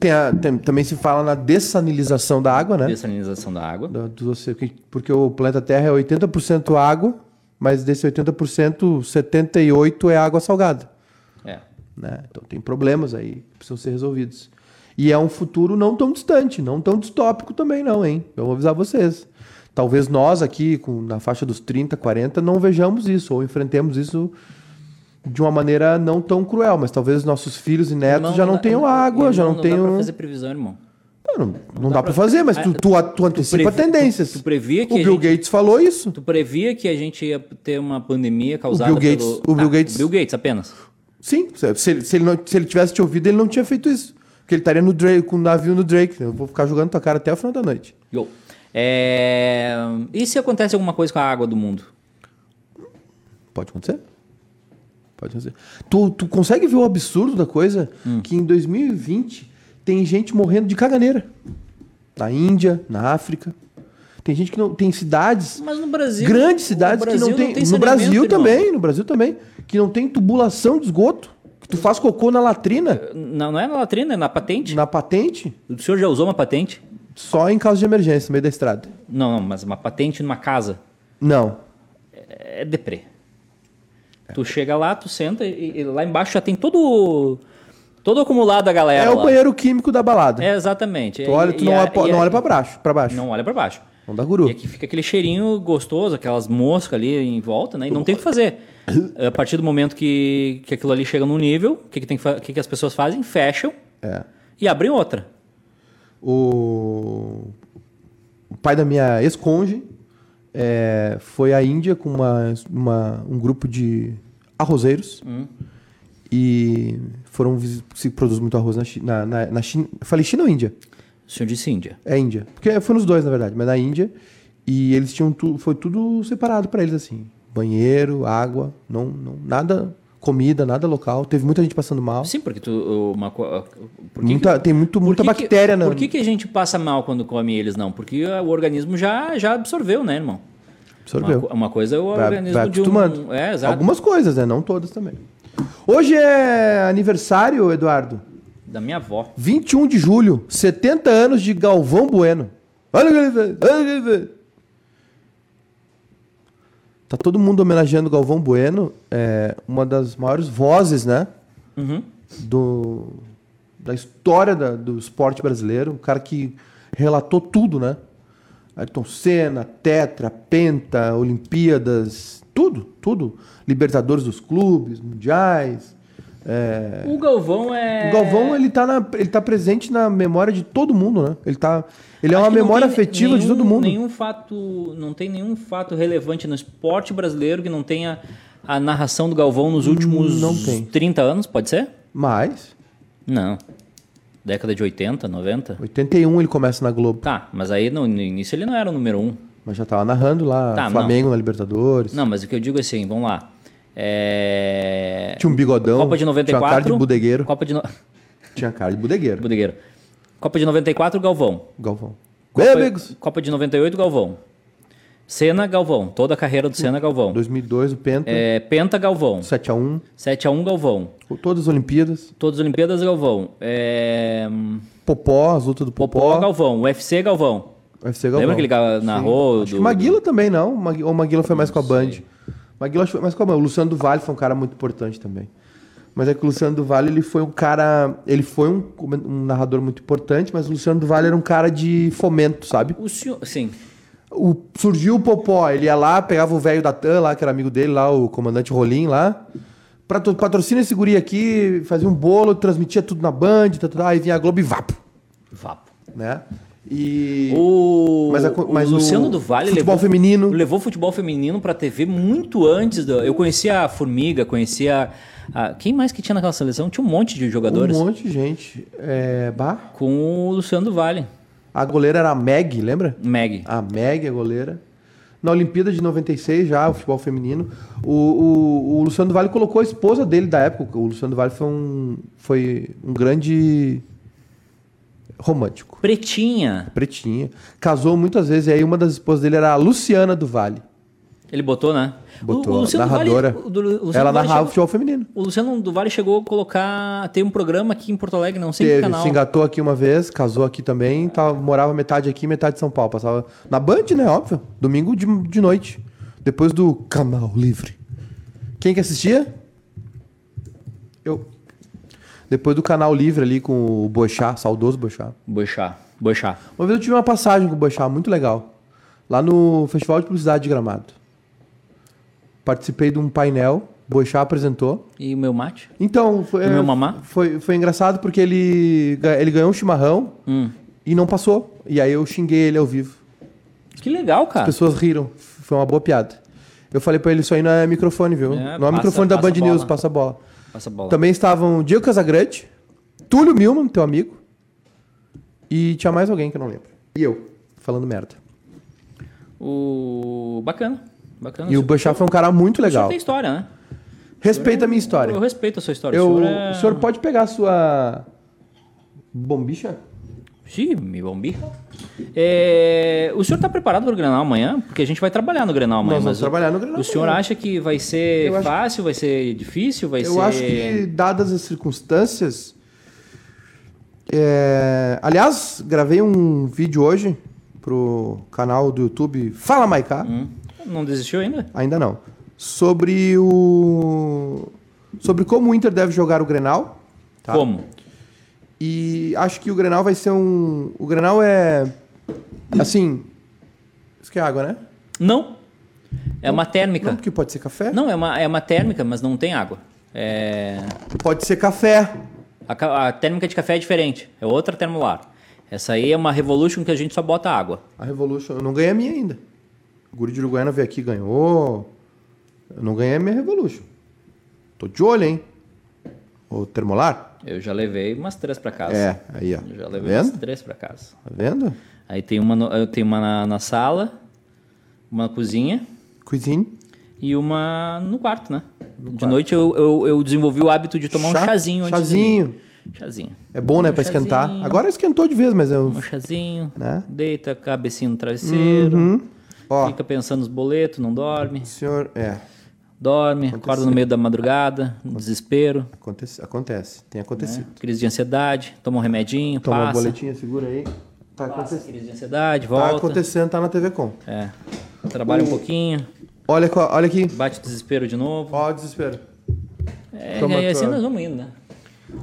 [SPEAKER 1] Tem a- tem- também se fala na dessanilização da água, né?
[SPEAKER 2] Dessalinização da água.
[SPEAKER 1] da- dos oceanos, porque- porque o planeta Terra é 80% água, mas desse 80%, 78% é água salgada.
[SPEAKER 2] É.
[SPEAKER 1] né? Então tem problemas aí que precisam ser resolvidos. E é um futuro não tão distante, não tão distópico também não, hein? Eu vou avisar vocês. Talvez nós aqui, com, na faixa dos 30, 40, não vejamos isso, ou enfrentemos isso de uma maneira não tão cruel, mas talvez nossos filhos e netos já não
[SPEAKER 2] dá-
[SPEAKER 1] tenham água, já não,
[SPEAKER 2] Não dá
[SPEAKER 1] tenham...
[SPEAKER 2] pra fazer previsão, irmão.
[SPEAKER 1] Não, não, não dá, pra fazer, mas tu, tu, tu antecipa
[SPEAKER 2] previ-
[SPEAKER 1] tendências.
[SPEAKER 2] tu- tu previa que
[SPEAKER 1] o
[SPEAKER 2] a
[SPEAKER 1] Bill
[SPEAKER 2] gente-
[SPEAKER 1] Gates falou isso.
[SPEAKER 2] Tu previa que a gente ia ter uma pandemia causada
[SPEAKER 1] Bill Gates-
[SPEAKER 2] pelo... Ah,
[SPEAKER 1] o Bill Gates-
[SPEAKER 2] Bill Gates apenas.
[SPEAKER 1] Sim, se, se ele- se ele não, se ele tivesse te ouvido, ele não tinha feito isso. Porque ele estaria no Drake, com o navio no Drake. né? Eu vou ficar jogando tua cara até o final da noite.
[SPEAKER 2] Yo. É, E se acontece alguma coisa com a água do mundo?
[SPEAKER 1] Pode acontecer. Pode acontecer. Tu, tu consegue ver o absurdo da coisa? Que em 2020 tem gente morrendo de caganeira. Na Índia, na África. Tem gente que não. Tem cidades,
[SPEAKER 2] Mas no Brasil.
[SPEAKER 1] grandes
[SPEAKER 2] o
[SPEAKER 1] cidades que
[SPEAKER 2] Brasil
[SPEAKER 1] não tem. no
[SPEAKER 2] saneamento,
[SPEAKER 1] Brasil
[SPEAKER 2] irmão.
[SPEAKER 1] também, no Brasil também, que não tem tubulação de esgoto. Que tu faz cocô na latrina,
[SPEAKER 2] Não, não é na latrina, é na patente.
[SPEAKER 1] na patente,
[SPEAKER 2] O senhor já usou uma patente?
[SPEAKER 1] só em caso de emergência, no meio da estrada.
[SPEAKER 2] Não, não, mas uma patente numa casa
[SPEAKER 1] Não.
[SPEAKER 2] é deprê. Tu chega lá, tu senta e, e lá embaixo já tem todo todo acumulado a galera.
[SPEAKER 1] É o
[SPEAKER 2] lá.
[SPEAKER 1] banheiro químico da balada.
[SPEAKER 2] É, exatamente.
[SPEAKER 1] Tu olha, tu não, olha, pra- não olha pra baixo, pra baixo.
[SPEAKER 2] é Não olha pra baixo.
[SPEAKER 1] Não dá guru.
[SPEAKER 2] E aqui fica aquele cheirinho gostoso, aquelas moscas ali em volta, né? E não tem o que fazer. A partir do momento que, que aquilo ali chega num nível, o que, que, tem que, fa- o que, que as pessoas fazem? Fecham
[SPEAKER 1] É.
[SPEAKER 2] e abrem outra.
[SPEAKER 1] O... o pai da minha ex-conge é, foi à Índia com uma, uma- um grupo de arrozeiros.
[SPEAKER 2] Hum.
[SPEAKER 1] E foram. visi- Se produz muito arroz na China. Na, na- na China falei China ou Índia?
[SPEAKER 2] O senhor disse Índia.
[SPEAKER 1] É Índia. Porque foi nos dois, na verdade, mas na Índia. E eles tinham tudo. Foi tudo separado pra eles, assim. Banheiro, água, não, não, nada. Comida, nada local. Teve muita gente passando mal.
[SPEAKER 2] Sim, porque tu. Uma, co- por que
[SPEAKER 1] Muita- tem muito, muita
[SPEAKER 2] que que-
[SPEAKER 1] bactéria na.
[SPEAKER 2] Por que, que a gente passa mal quando come eles, não? Porque o organismo já, já absorveu, né, irmão?
[SPEAKER 1] Absorveu.
[SPEAKER 2] Uma, co- uma coisa é o
[SPEAKER 1] Vai,
[SPEAKER 2] organismo
[SPEAKER 1] vai
[SPEAKER 2] de um.
[SPEAKER 1] acostumando.
[SPEAKER 2] É, exato.
[SPEAKER 1] Algumas coisas, né? Não todas também. Hoje é aniversário, Eduardo.
[SPEAKER 2] Da minha avó.
[SPEAKER 1] 21 de julho, 70 anos de Galvão Bueno. Olha o que ele fez, olha o que ele fez. Tá todo mundo homenageando o Galvão Bueno, é, uma das maiores vozes, né?
[SPEAKER 2] Uhum.
[SPEAKER 1] do, da história da- do esporte brasileiro, um cara que relatou tudo, né? Ayrton Senna, Tetra, Penta, Olimpíadas, tudo, tudo. Libertadores dos clubes, mundiais. é.
[SPEAKER 2] O Galvão é.
[SPEAKER 1] O Galvão, ele tá, na- ele tá presente na memória de todo mundo, né? Ele, tá, ele é
[SPEAKER 2] Acho
[SPEAKER 1] uma
[SPEAKER 2] que não
[SPEAKER 1] memória
[SPEAKER 2] tem
[SPEAKER 1] afetiva de
[SPEAKER 2] nenhum-
[SPEAKER 1] todo mundo.
[SPEAKER 2] Nenhum fato, não tem nenhum fato relevante no esporte brasileiro que não tenha a narração do Galvão nos últimos
[SPEAKER 1] Hum, não tem.
[SPEAKER 2] 30 anos, pode ser?
[SPEAKER 1] Mas,
[SPEAKER 2] Não. Década de 80, 90?
[SPEAKER 1] 81 ele começa na Globo.
[SPEAKER 2] Tá, mas aí no, no início ele não era o número um.
[SPEAKER 1] Mas já tava narrando lá,
[SPEAKER 2] Tá,
[SPEAKER 1] Flamengo na Libertadores.
[SPEAKER 2] Não, mas o que eu digo é assim, vamos lá. É...
[SPEAKER 1] Tinha um bigodão.
[SPEAKER 2] Copa de 94.
[SPEAKER 1] Tinha uma cara de bodegueiro.
[SPEAKER 2] Copa de no...
[SPEAKER 1] Tinha cara de bodegueiro.
[SPEAKER 2] bodegueiro. Copa de 94, Galvão.
[SPEAKER 1] Galvão. Bem, amigos.
[SPEAKER 2] Copa de 98, Galvão. Senna, Galvão. Toda a carreira do Senna, Galvão.
[SPEAKER 1] 2002, o Penta.
[SPEAKER 2] É, Penta, Galvão.
[SPEAKER 1] 7x1.
[SPEAKER 2] 7x1, Galvão.
[SPEAKER 1] Todas as Olimpíadas.
[SPEAKER 2] Todas as Olimpíadas, Galvão. É...
[SPEAKER 1] Popó, as lutas do Popó.
[SPEAKER 2] Popó, Galvão. UFC, Galvão.
[SPEAKER 1] UFC Galvão.
[SPEAKER 2] Lembra que ele ga-
[SPEAKER 1] Sim.
[SPEAKER 2] narrou
[SPEAKER 1] Acho
[SPEAKER 2] do-
[SPEAKER 1] que Maguila também, não. Magui- Ou Maguila foi mais com a Band. Maguila acho que foi mais com a Band. O Luciano do Vale foi um cara muito importante também. Mas é que o Luciano do Vale, ele foi um cara... Ele foi um, comen- um narrador muito importante, mas o Luciano do Vale era um cara de fomento, sabe?
[SPEAKER 2] O senhor... Sim.
[SPEAKER 1] O- surgiu o Popó, ele ia lá, pegava o velho da TAM lá, que era amigo dele lá, o comandante Rolim lá. Pra, patrocina esse guri aqui, fazia um bolo, transmitia tudo na Band, tá, tá, aí vinha a Globo e vapo,
[SPEAKER 2] Vapo.
[SPEAKER 1] né? E...
[SPEAKER 2] O,
[SPEAKER 1] Mas a co-
[SPEAKER 2] o
[SPEAKER 1] mas o
[SPEAKER 2] Luciano do Vale
[SPEAKER 1] futebol
[SPEAKER 2] levou,
[SPEAKER 1] feminino. um
[SPEAKER 2] levou o futebol feminino pra TV muito antes. Do, eu conhecia a Formiga, conhecia. a- quem mais que tinha naquela seleção? Tinha um monte de jogadores.
[SPEAKER 1] Um monte de gente. É, bah.
[SPEAKER 2] Com o Luciano do Vale.
[SPEAKER 1] A goleira era a Meg, lembra?
[SPEAKER 2] Meg.
[SPEAKER 1] A Meg, a goleira. Na Olimpíada de 96, já, o futebol feminino. O, o, o Luciano do Vale colocou a esposa dele da época. O Luciano do Vale foi um, foi um grande romântico.
[SPEAKER 2] Pretinha.
[SPEAKER 1] Pretinha. Casou muitas vezes, e aí uma das esposas dele era a Luciana do Vale.
[SPEAKER 2] Ele botou, né? O- o
[SPEAKER 1] Botou
[SPEAKER 2] Luciano do Vale-
[SPEAKER 1] narradora.
[SPEAKER 2] o do- o Luciano
[SPEAKER 1] Ela
[SPEAKER 2] do Vale
[SPEAKER 1] narrava o
[SPEAKER 2] chegou-
[SPEAKER 1] futebol feminino.
[SPEAKER 2] O Luciano do Vale chegou a colocar. Tem um programa aqui em Porto Alegre, não sei que
[SPEAKER 1] Teve,
[SPEAKER 2] canal.
[SPEAKER 1] se engatou aqui uma vez, casou aqui também, tava, morava metade aqui, metade em São Paulo. Passava na Band, né? Óbvio. Domingo de, de noite. Depois do Canal Livre. Quem que assistia? Eu. Depois do Canal Livre ali com o Boixá, saudoso Boixá.
[SPEAKER 2] Boixá. Boixá.
[SPEAKER 1] Uma vez eu tive uma passagem com o Boixá, muito legal. Lá no Festival de Publicidade de Gramado. Participei de um painel, Boixá apresentou.
[SPEAKER 2] E o meu mate?
[SPEAKER 1] Então, foi,
[SPEAKER 2] Do meu mamá?
[SPEAKER 1] foi, foi engraçado porque ele, ga- ele ganhou um chimarrão
[SPEAKER 2] Hum.
[SPEAKER 1] e não passou. E aí eu xinguei ele ao vivo.
[SPEAKER 2] Que legal,
[SPEAKER 1] As
[SPEAKER 2] cara.
[SPEAKER 1] pessoas riram. Foi uma boa piada. Eu falei pra ele, isso aí não é microfone, viu?
[SPEAKER 2] É,
[SPEAKER 1] não é
[SPEAKER 2] passa-
[SPEAKER 1] microfone da
[SPEAKER 2] passa
[SPEAKER 1] Band
[SPEAKER 2] bola.
[SPEAKER 1] News, passa a bola.
[SPEAKER 2] Passa a bola.
[SPEAKER 1] Também estavam Diego Casagrande, Túlio Milman, teu amigo, e tinha mais alguém que eu não lembro. E eu, falando merda.
[SPEAKER 2] O. Bacana. Bacana.
[SPEAKER 1] E o
[SPEAKER 2] O senhor-
[SPEAKER 1] Bochá foi um cara muito
[SPEAKER 2] o senhor
[SPEAKER 1] legal.
[SPEAKER 2] tem história, né?
[SPEAKER 1] Respeita a minha
[SPEAKER 2] Eu é-
[SPEAKER 1] história.
[SPEAKER 2] respeito a sua história.
[SPEAKER 1] Eu,
[SPEAKER 2] o senhor é-
[SPEAKER 1] o senhor pode pegar a sua bombicha?
[SPEAKER 2] Sim, me bombi. É, o senhor está preparado para o Grenal amanhã? Porque a gente vai trabalhar no Grenal amanhã.
[SPEAKER 1] Nós vamos
[SPEAKER 2] mas o-
[SPEAKER 1] trabalhar no Grenal
[SPEAKER 2] O senhor
[SPEAKER 1] amanhã.
[SPEAKER 2] acha que vai ser
[SPEAKER 1] Eu acho-
[SPEAKER 2] fácil, vai ser difícil, vai ser...
[SPEAKER 1] Eu acho que, dadas as circunstâncias. é, Aliás, gravei um vídeo hoje pro canal do YouTube Fala Maiká.
[SPEAKER 2] Hum, Não desistiu ainda?
[SPEAKER 1] Ainda não. Sobre o. Sobre como o Inter deve jogar o Grenal. tá?
[SPEAKER 2] Como?
[SPEAKER 1] E acho que o Grenal vai ser um. O Grenal é. Assim. Isso que é água, né?
[SPEAKER 2] Não. É uma térmica.
[SPEAKER 1] Não, porque pode ser café.
[SPEAKER 2] Não, é uma, é uma térmica, mas não tem água. É...
[SPEAKER 1] Pode ser café.
[SPEAKER 2] A, ca- a térmica de café é diferente. É outra termolar. Essa aí é uma Revolution que a gente só bota água.
[SPEAKER 1] A Revolution. Eu não ganhei a minha ainda. O Guri de Uruguaiana veio aqui e ganhou. Eu não ganhei a minha Revolution. Tô de olho, hein? O termolar?
[SPEAKER 2] Eu já levei umas três pra casa.
[SPEAKER 1] É, aí, ó.
[SPEAKER 2] Eu já
[SPEAKER 1] Tá
[SPEAKER 2] levei umas
[SPEAKER 1] vendo?
[SPEAKER 2] três pra casa.
[SPEAKER 1] Tá vendo?
[SPEAKER 2] Aí tem uma, no- eu tenho uma na, na sala, uma na cozinha
[SPEAKER 1] Cuisine.
[SPEAKER 2] e uma no quarto, né? de noite eu, eu, eu desenvolvi o hábito de tomar um
[SPEAKER 1] Chá-
[SPEAKER 2] chazinho antes
[SPEAKER 1] chazinho.
[SPEAKER 2] de dormir. Chazinho.
[SPEAKER 1] É bom, né?
[SPEAKER 2] Um
[SPEAKER 1] Pra esquentar.
[SPEAKER 2] chazinho.
[SPEAKER 1] Agora esquentou de vez, mas eu.
[SPEAKER 2] Um chazinho,
[SPEAKER 1] Né? Uhum.
[SPEAKER 2] deita a cabecinha no travesseiro,
[SPEAKER 1] Ó,
[SPEAKER 2] fica pensando nos boletos, não dorme.
[SPEAKER 1] o senhor. É,
[SPEAKER 2] Dorme, acorda no meio da madrugada, no desespero,
[SPEAKER 1] acontece, acontece. Tem acontecido.
[SPEAKER 2] crise de ansiedade, toma um remedinho,
[SPEAKER 1] Toma uma
[SPEAKER 2] Né? passa,
[SPEAKER 1] boletinha, segura aí. Tá,
[SPEAKER 2] passa
[SPEAKER 1] acontecendo.
[SPEAKER 2] crise de ansiedade,
[SPEAKER 1] tá
[SPEAKER 2] volta.
[SPEAKER 1] acontecendo, Hum. tá na TV Com.
[SPEAKER 2] é, trabalha um pouquinho,
[SPEAKER 1] Olha, qual- olha aqui.
[SPEAKER 2] bate o desespero de novo.
[SPEAKER 1] Ó, o desespero.
[SPEAKER 2] É,
[SPEAKER 1] toma
[SPEAKER 2] e assim
[SPEAKER 1] tua-
[SPEAKER 2] nós vamos indo, né?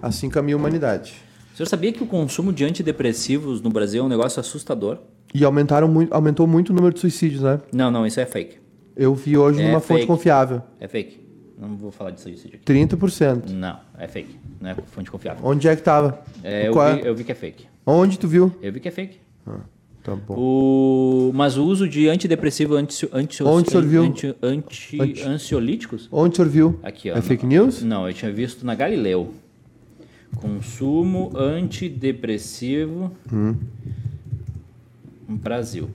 [SPEAKER 1] Assim caminha a humanidade.
[SPEAKER 2] O senhor sabia que o consumo de antidepressivos no Brasil é um negócio assustador?
[SPEAKER 1] E aumentaram muito, aumentou muito o número de suicídios, né?
[SPEAKER 2] Não, não, isso é fake.
[SPEAKER 1] Eu vi hoje
[SPEAKER 2] É
[SPEAKER 1] numa fonte
[SPEAKER 2] fake.
[SPEAKER 1] confiável.
[SPEAKER 2] É fake. Não vou falar disso, disso aqui.
[SPEAKER 1] 30%.
[SPEAKER 2] Não, é fake. Não é fonte confiável.
[SPEAKER 1] Onde é que tava?
[SPEAKER 2] É, eu,
[SPEAKER 1] Qual é?
[SPEAKER 2] vi, eu vi que é fake.
[SPEAKER 1] Onde tu viu?
[SPEAKER 2] Eu vi que é fake.
[SPEAKER 1] Tá bom.
[SPEAKER 2] O... Mas o uso de antidepressivo, anti... Anti...
[SPEAKER 1] Onde o senhor viu?
[SPEAKER 2] Anti... Anti... ansiolíticos?
[SPEAKER 1] Onde o senhor viu?
[SPEAKER 2] Aqui, ó.
[SPEAKER 1] É fake news?
[SPEAKER 2] Não, eu tinha visto na Galileu. Consumo antidepressivo
[SPEAKER 1] Hum.
[SPEAKER 2] no Brasil.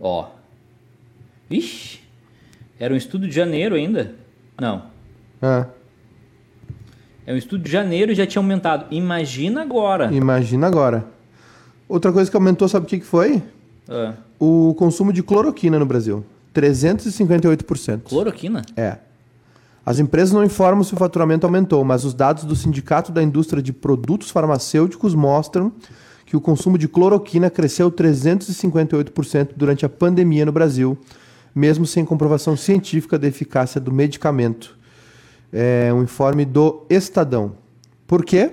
[SPEAKER 2] Ó. Ixi! Era um estudo de janeiro ainda? Não.
[SPEAKER 1] Ah,
[SPEAKER 2] É um estudo de janeiro e já tinha aumentado. Imagina agora.
[SPEAKER 1] imagina agora. Outra coisa que aumentou, sabe o que, que foi?
[SPEAKER 2] Ah,
[SPEAKER 1] O consumo de cloroquina no Brasil. 358%.
[SPEAKER 2] cloroquina?
[SPEAKER 1] É. As empresas não informam se o faturamento aumentou, mas os dados do Sindicato da Indústria de Produtos Farmacêuticos mostram que o consumo de cloroquina cresceu 358% durante a pandemia no Brasil, mesmo sem comprovação científica da eficácia do medicamento. É um informe do Estadão. Por quê?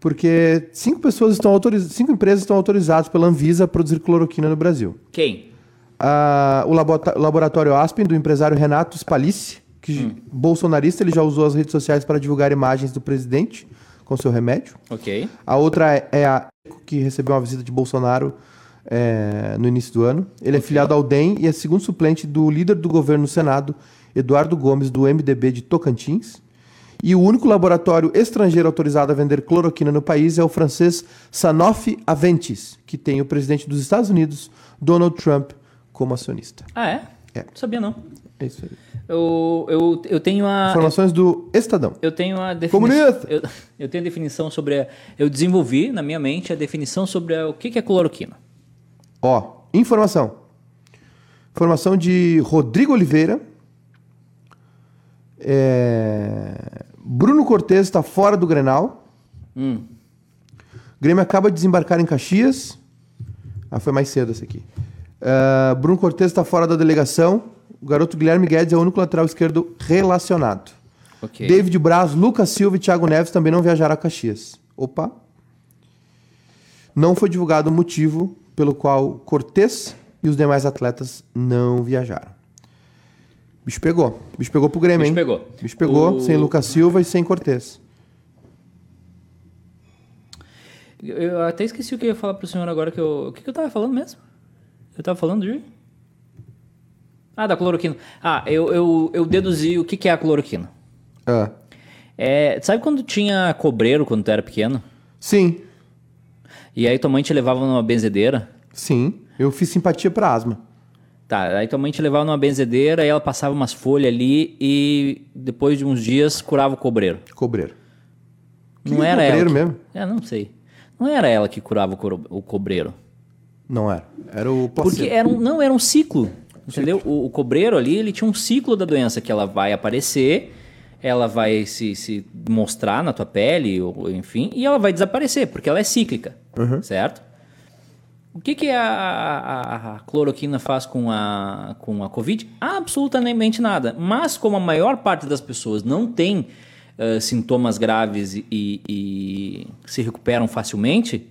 [SPEAKER 1] Porque cinco pessoas estão autoriz... cinco empresas estão autorizadas pela Anvisa a produzir cloroquina no Brasil.
[SPEAKER 2] Quem?
[SPEAKER 1] Ah, o labota- laboratório Aspen, do empresário Renato Spalice, que bolsonarista, ele já usou as redes sociais para divulgar imagens do presidente com seu remédio.
[SPEAKER 2] Ok.
[SPEAKER 1] A outra é- é a Eco, que recebeu uma visita de Bolsonaro eh, no início do ano. Ele é filiado ao DEM e é segundo suplente do líder do governo no Senado, Eduardo Gomes, do MDB de Tocantins. E o único laboratório estrangeiro autorizado a vender cloroquina no país é o francês Sanofi Aventis, que tem o presidente dos Estados Unidos, Donald Trump, como acionista.
[SPEAKER 2] Ah, é?
[SPEAKER 1] É.
[SPEAKER 2] Não sabia não.
[SPEAKER 1] É isso aí.
[SPEAKER 2] Eu, eu, eu tenho a...
[SPEAKER 1] Informações do Estadão.
[SPEAKER 2] Eu tenho a definição.
[SPEAKER 1] Comunista!
[SPEAKER 2] Eu, eu tenho a definição sobre. a- eu desenvolvi na minha mente a definição sobre a- o que, que é cloroquina.
[SPEAKER 1] Ó, informação. Informação de Rodrigo Oliveira. É, Bruno Cortes está fora do Grenal.
[SPEAKER 2] Hum.
[SPEAKER 1] Grêmio acaba de desembarcar em Caxias. Ah, foi mais cedo essa aqui. Ah, Bruno Cortes está fora da delegação. O garoto Guilherme Guedes é o único lateral esquerdo relacionado.
[SPEAKER 2] Ok.
[SPEAKER 1] David Braz, Lucas Silva e Thiago Neves também não viajaram a Caxias. Opa. Não foi divulgado o motivo pelo qual Cortes e os demais atletas não viajaram. Bicho pegou. Bicho pegou pro Grêmio,
[SPEAKER 2] Bicho
[SPEAKER 1] hein?
[SPEAKER 2] pegou.
[SPEAKER 1] Bicho pegou,
[SPEAKER 2] O-
[SPEAKER 1] sem Lucas Silva e sem Cortes.
[SPEAKER 2] Eu, eu até esqueci o que eu ia falar pro senhor agora que eu. O que, que eu tava falando mesmo? Eu tava falando de. Ah, da cloroquina. Ah, eu, eu, eu deduzi o que, que é a cloroquina.
[SPEAKER 1] Ah.
[SPEAKER 2] É, sabe quando tinha cobreiro quando tu era pequeno?
[SPEAKER 1] Sim,
[SPEAKER 2] E aí tua mãe te levava numa benzedeira?
[SPEAKER 1] sim. Eu fiz simpatia pra asma.
[SPEAKER 2] Tá, aí tua mãe te levava numa benzedeira e ela passava umas folhas ali e depois de uns dias curava o cobreiro.
[SPEAKER 1] Cobreiro.
[SPEAKER 2] não era ela.
[SPEAKER 1] cobreiro
[SPEAKER 2] que-
[SPEAKER 1] mesmo?
[SPEAKER 2] É, não sei. Não era ela que curava o, coro- o cobreiro.
[SPEAKER 1] Não era. Era o
[SPEAKER 2] Porque
[SPEAKER 1] placebo.
[SPEAKER 2] era um, não, era um ciclo. Entendeu? O, o cobreiro ali, ele tinha um ciclo da doença que ela vai aparecer, ela vai se, se mostrar na tua pele, ou, enfim, e ela vai desaparecer, porque ela é cíclica, certo? O que, que a, a- a cloroquina faz com a, com a Covid? Absolutamente nada. Mas como a maior parte das pessoas não tem eh, sintomas graves e, e se recuperam facilmente,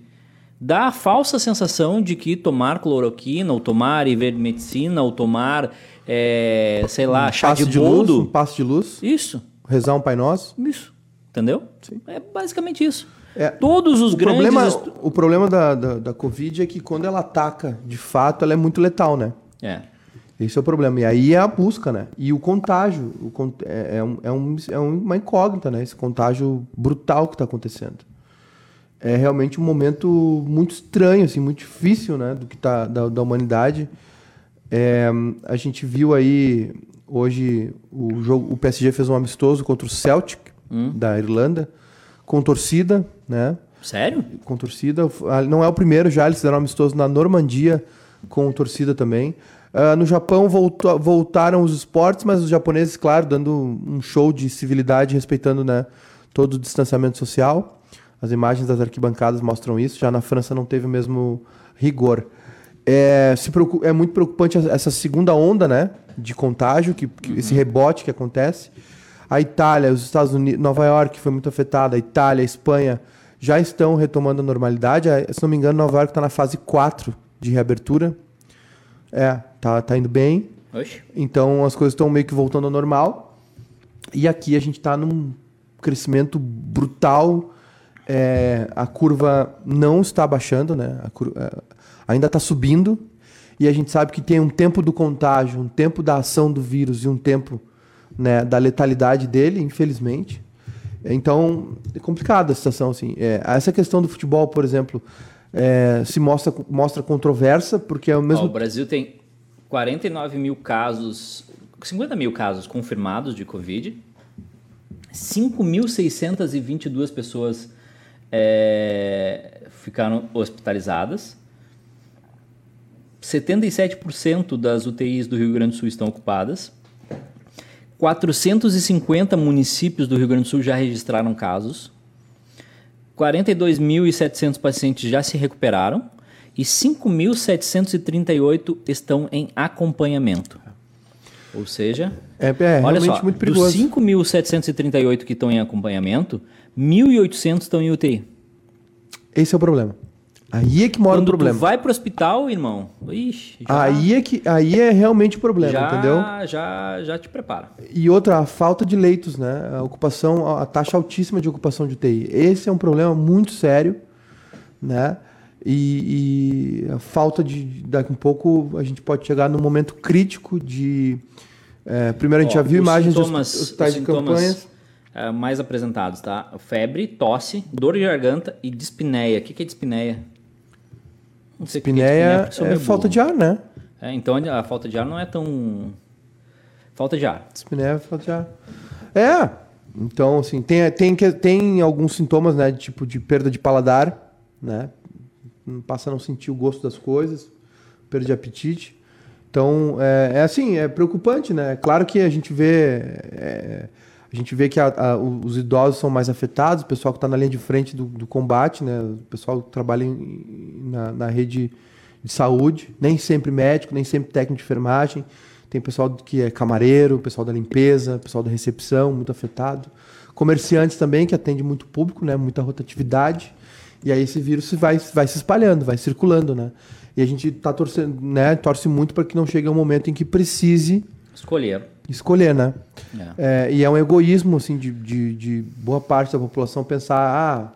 [SPEAKER 2] dá a falsa sensação de que tomar cloroquina, ou tomar ivermectina, ou tomar, eh, sei lá, chá de,
[SPEAKER 1] Passe de luz,
[SPEAKER 2] boldo.
[SPEAKER 1] um passo de luz,
[SPEAKER 2] Isso,
[SPEAKER 1] rezar um Pai Nosso.
[SPEAKER 2] isso. Entendeu? É basicamente isso.
[SPEAKER 1] É.
[SPEAKER 2] Todos os
[SPEAKER 1] O
[SPEAKER 2] grandes...
[SPEAKER 1] problema, é
[SPEAKER 2] estu-
[SPEAKER 1] o problema da, da, da Covid é que quando ela ataca, de fato, ela é muito letal, né?
[SPEAKER 2] É.
[SPEAKER 1] Esse é o problema. E aí é a busca, né? E o contágio. O con- é, é um- é um- é uma incógnita, né? Esse contágio brutal que tá acontecendo. É realmente um momento muito estranho, assim, muito difícil, né? Do que tá, da, da humanidade. É, a gente viu aí, hoje, o, jogo, o PSG fez um amistoso contra o Celtic, da Irlanda, com torcida, né?
[SPEAKER 2] Sério?
[SPEAKER 1] com torcida. Ah, Não é o primeiro já, eles fizeram um amistoso na Normandia com torcida também. Ah, no Japão voltou- voltaram os esportes, mas os japoneses, claro, dando um show de civilidade, respeitando né, todo o distanciamento social. As imagens das arquibancadas mostram isso. Já na França não teve o mesmo rigor. É, se preocu- é muito preocupante essa segunda onda né, de contágio, que, que- esse rebote que acontece. A Itália, os Estados Unidos, Nova York foi muito afetada, a Itália, a Espanha já estão retomando a normalidade. A- Se não me engano, Nova York está na fase 4 de reabertura. É, tá, tá indo bem.
[SPEAKER 2] Oxe.
[SPEAKER 1] Então as coisas estão meio que voltando ao normal. E aqui a gente está num crescimento brutal. É, a curva não está baixando, né? A cur- é, ainda está subindo. E a gente sabe que tem um tempo do contágio, um tempo da ação do vírus e um tempo né, da letalidade dele, infelizmente. Então, é complicada a situação, assim. É, essa questão do futebol, por exemplo, é, se mostra, mostra controversa, porque ao
[SPEAKER 2] Ó,
[SPEAKER 1] mesmo
[SPEAKER 2] o Brasil tem 49 mil casos, 50 mil casos confirmados de Covid, 5.622 pessoas é, ficaram hospitalizadas, 77% das UTIs do Rio Grande do Sul estão ocupadas, 450 municípios do Rio Grande do Sul já registraram casos, 42.700 pacientes já se recuperaram e 5.738 estão em acompanhamento. Ou seja,
[SPEAKER 1] É, é
[SPEAKER 2] olha
[SPEAKER 1] realmente
[SPEAKER 2] só,
[SPEAKER 1] muito
[SPEAKER 2] dos
[SPEAKER 1] perigoso.
[SPEAKER 2] 5.738 que estão em acompanhamento, 1.800 estão em UTI.
[SPEAKER 1] Esse é o problema. Aí é que mora
[SPEAKER 2] Quando
[SPEAKER 1] o problema.
[SPEAKER 2] tu vai pro hospital, irmão, ixi, já,
[SPEAKER 1] Aí é que aí é realmente o problema,
[SPEAKER 2] já,
[SPEAKER 1] entendeu?
[SPEAKER 2] já, já te prepara.
[SPEAKER 1] E outra, a falta de leitos, né? A ocupação, a- a taxa altíssima de ocupação de UTI. Esse é um problema muito sério, né? E, e a falta de. Daqui um pouco a gente pode chegar num momento crítico de. é, primeiro, a gente
[SPEAKER 2] Ó,
[SPEAKER 1] já viu
[SPEAKER 2] os
[SPEAKER 1] imagens dos
[SPEAKER 2] sintomas-
[SPEAKER 1] hospitais
[SPEAKER 2] os
[SPEAKER 1] de
[SPEAKER 2] sintomas,
[SPEAKER 1] campanhas.
[SPEAKER 2] eh, mais apresentados, tá? Febre, tosse, dor de garganta e dispneia. O que, que é dispneia? Não sei o que que
[SPEAKER 1] Pinéia
[SPEAKER 2] porque sou
[SPEAKER 1] é
[SPEAKER 2] meio
[SPEAKER 1] falta de
[SPEAKER 2] burro.
[SPEAKER 1] ar, né?
[SPEAKER 2] É, então a falta de ar não é tão. Falta de ar.
[SPEAKER 1] Dispneia, falta de ar. É. Então, assim, tem, tem, que- tem alguns sintomas, né? de Tipo de perda de paladar, né? Passa a não sentir o gosto das coisas, perda de apetite. Então, é, é assim, é preocupante, né? É Claro que a gente vê... é, a gente vê que a- a- os idosos são mais afetados, o pessoal que está na linha de frente do, do combate, né? O pessoal que trabalha em- na, na rede de saúde, nem sempre médico, nem sempre técnico de enfermagem. Tem pessoal que é camareiro, pessoal da limpeza, pessoal da recepção, muito afetado. Comerciantes também, que atende muito público, né? Muita rotatividade. E aí esse vírus se vai, vai se espalhando, vai circulando, né? E a gente tá torcendo, né? Torce muito para que não chegue um momento em que precise
[SPEAKER 2] Escolher.
[SPEAKER 1] escolher, né?
[SPEAKER 2] É.
[SPEAKER 1] É, e é um egoísmo, assim, de, de, de boa parte da população pensar, ah,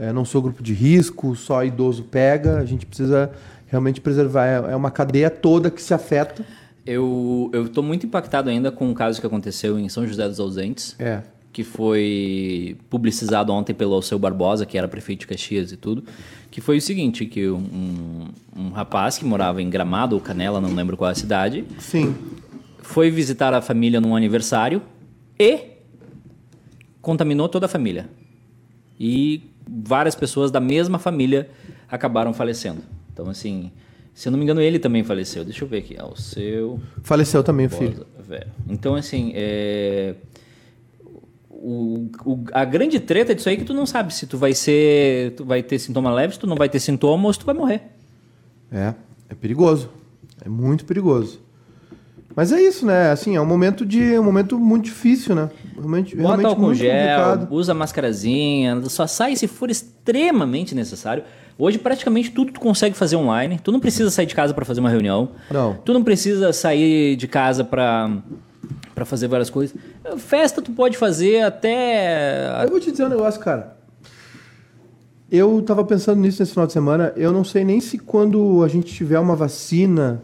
[SPEAKER 1] é, não sou grupo de risco, só idoso pega, a gente precisa realmente preservar. É é uma cadeia toda que se afeta.
[SPEAKER 2] Eu, eu tô muito impactado ainda com um caso que aconteceu em São José dos Ausentes.
[SPEAKER 1] É.
[SPEAKER 2] que foi publicizado ontem pelo Alceu Barbosa, que era prefeito de Caxias e tudo, que foi o seguinte, que um, um rapaz que morava em Gramado ou Canela, não lembro qual é a cidade,
[SPEAKER 1] Sim.
[SPEAKER 2] foi visitar a família num aniversário e contaminou toda a família. E várias pessoas da mesma família acabaram falecendo. Então, assim, se eu não me engano, ele também faleceu. Deixa eu ver aqui. Ao seu.
[SPEAKER 1] Faleceu também o filho.
[SPEAKER 2] Velho. Então, assim, é... o, o- a grande treta disso aí é que tu não sabe se tu vai ser. Tu vai ter sintoma leve, se tu não vai ter sintoma ou se tu vai morrer.
[SPEAKER 1] É, é perigoso. É muito perigoso. Mas é isso, né? Assim, é um momento de é um momento muito difícil, né? Realmente,
[SPEAKER 2] Bota
[SPEAKER 1] realmente
[SPEAKER 2] álcool
[SPEAKER 1] muito
[SPEAKER 2] gel,
[SPEAKER 1] complicado.
[SPEAKER 2] usa mascarazinha, só sai se for extremamente necessário. Hoje, praticamente tudo tu consegue fazer online. Tu não precisa sair de casa para fazer uma reunião.
[SPEAKER 1] Não.
[SPEAKER 2] Tu não precisa sair de casa para para fazer várias coisas. Festa tu pode fazer até
[SPEAKER 1] Eu vou te dizer um negócio, cara. Eu tava pensando nisso nesse final de semana. Eu não sei nem se quando a gente tiver uma vacina,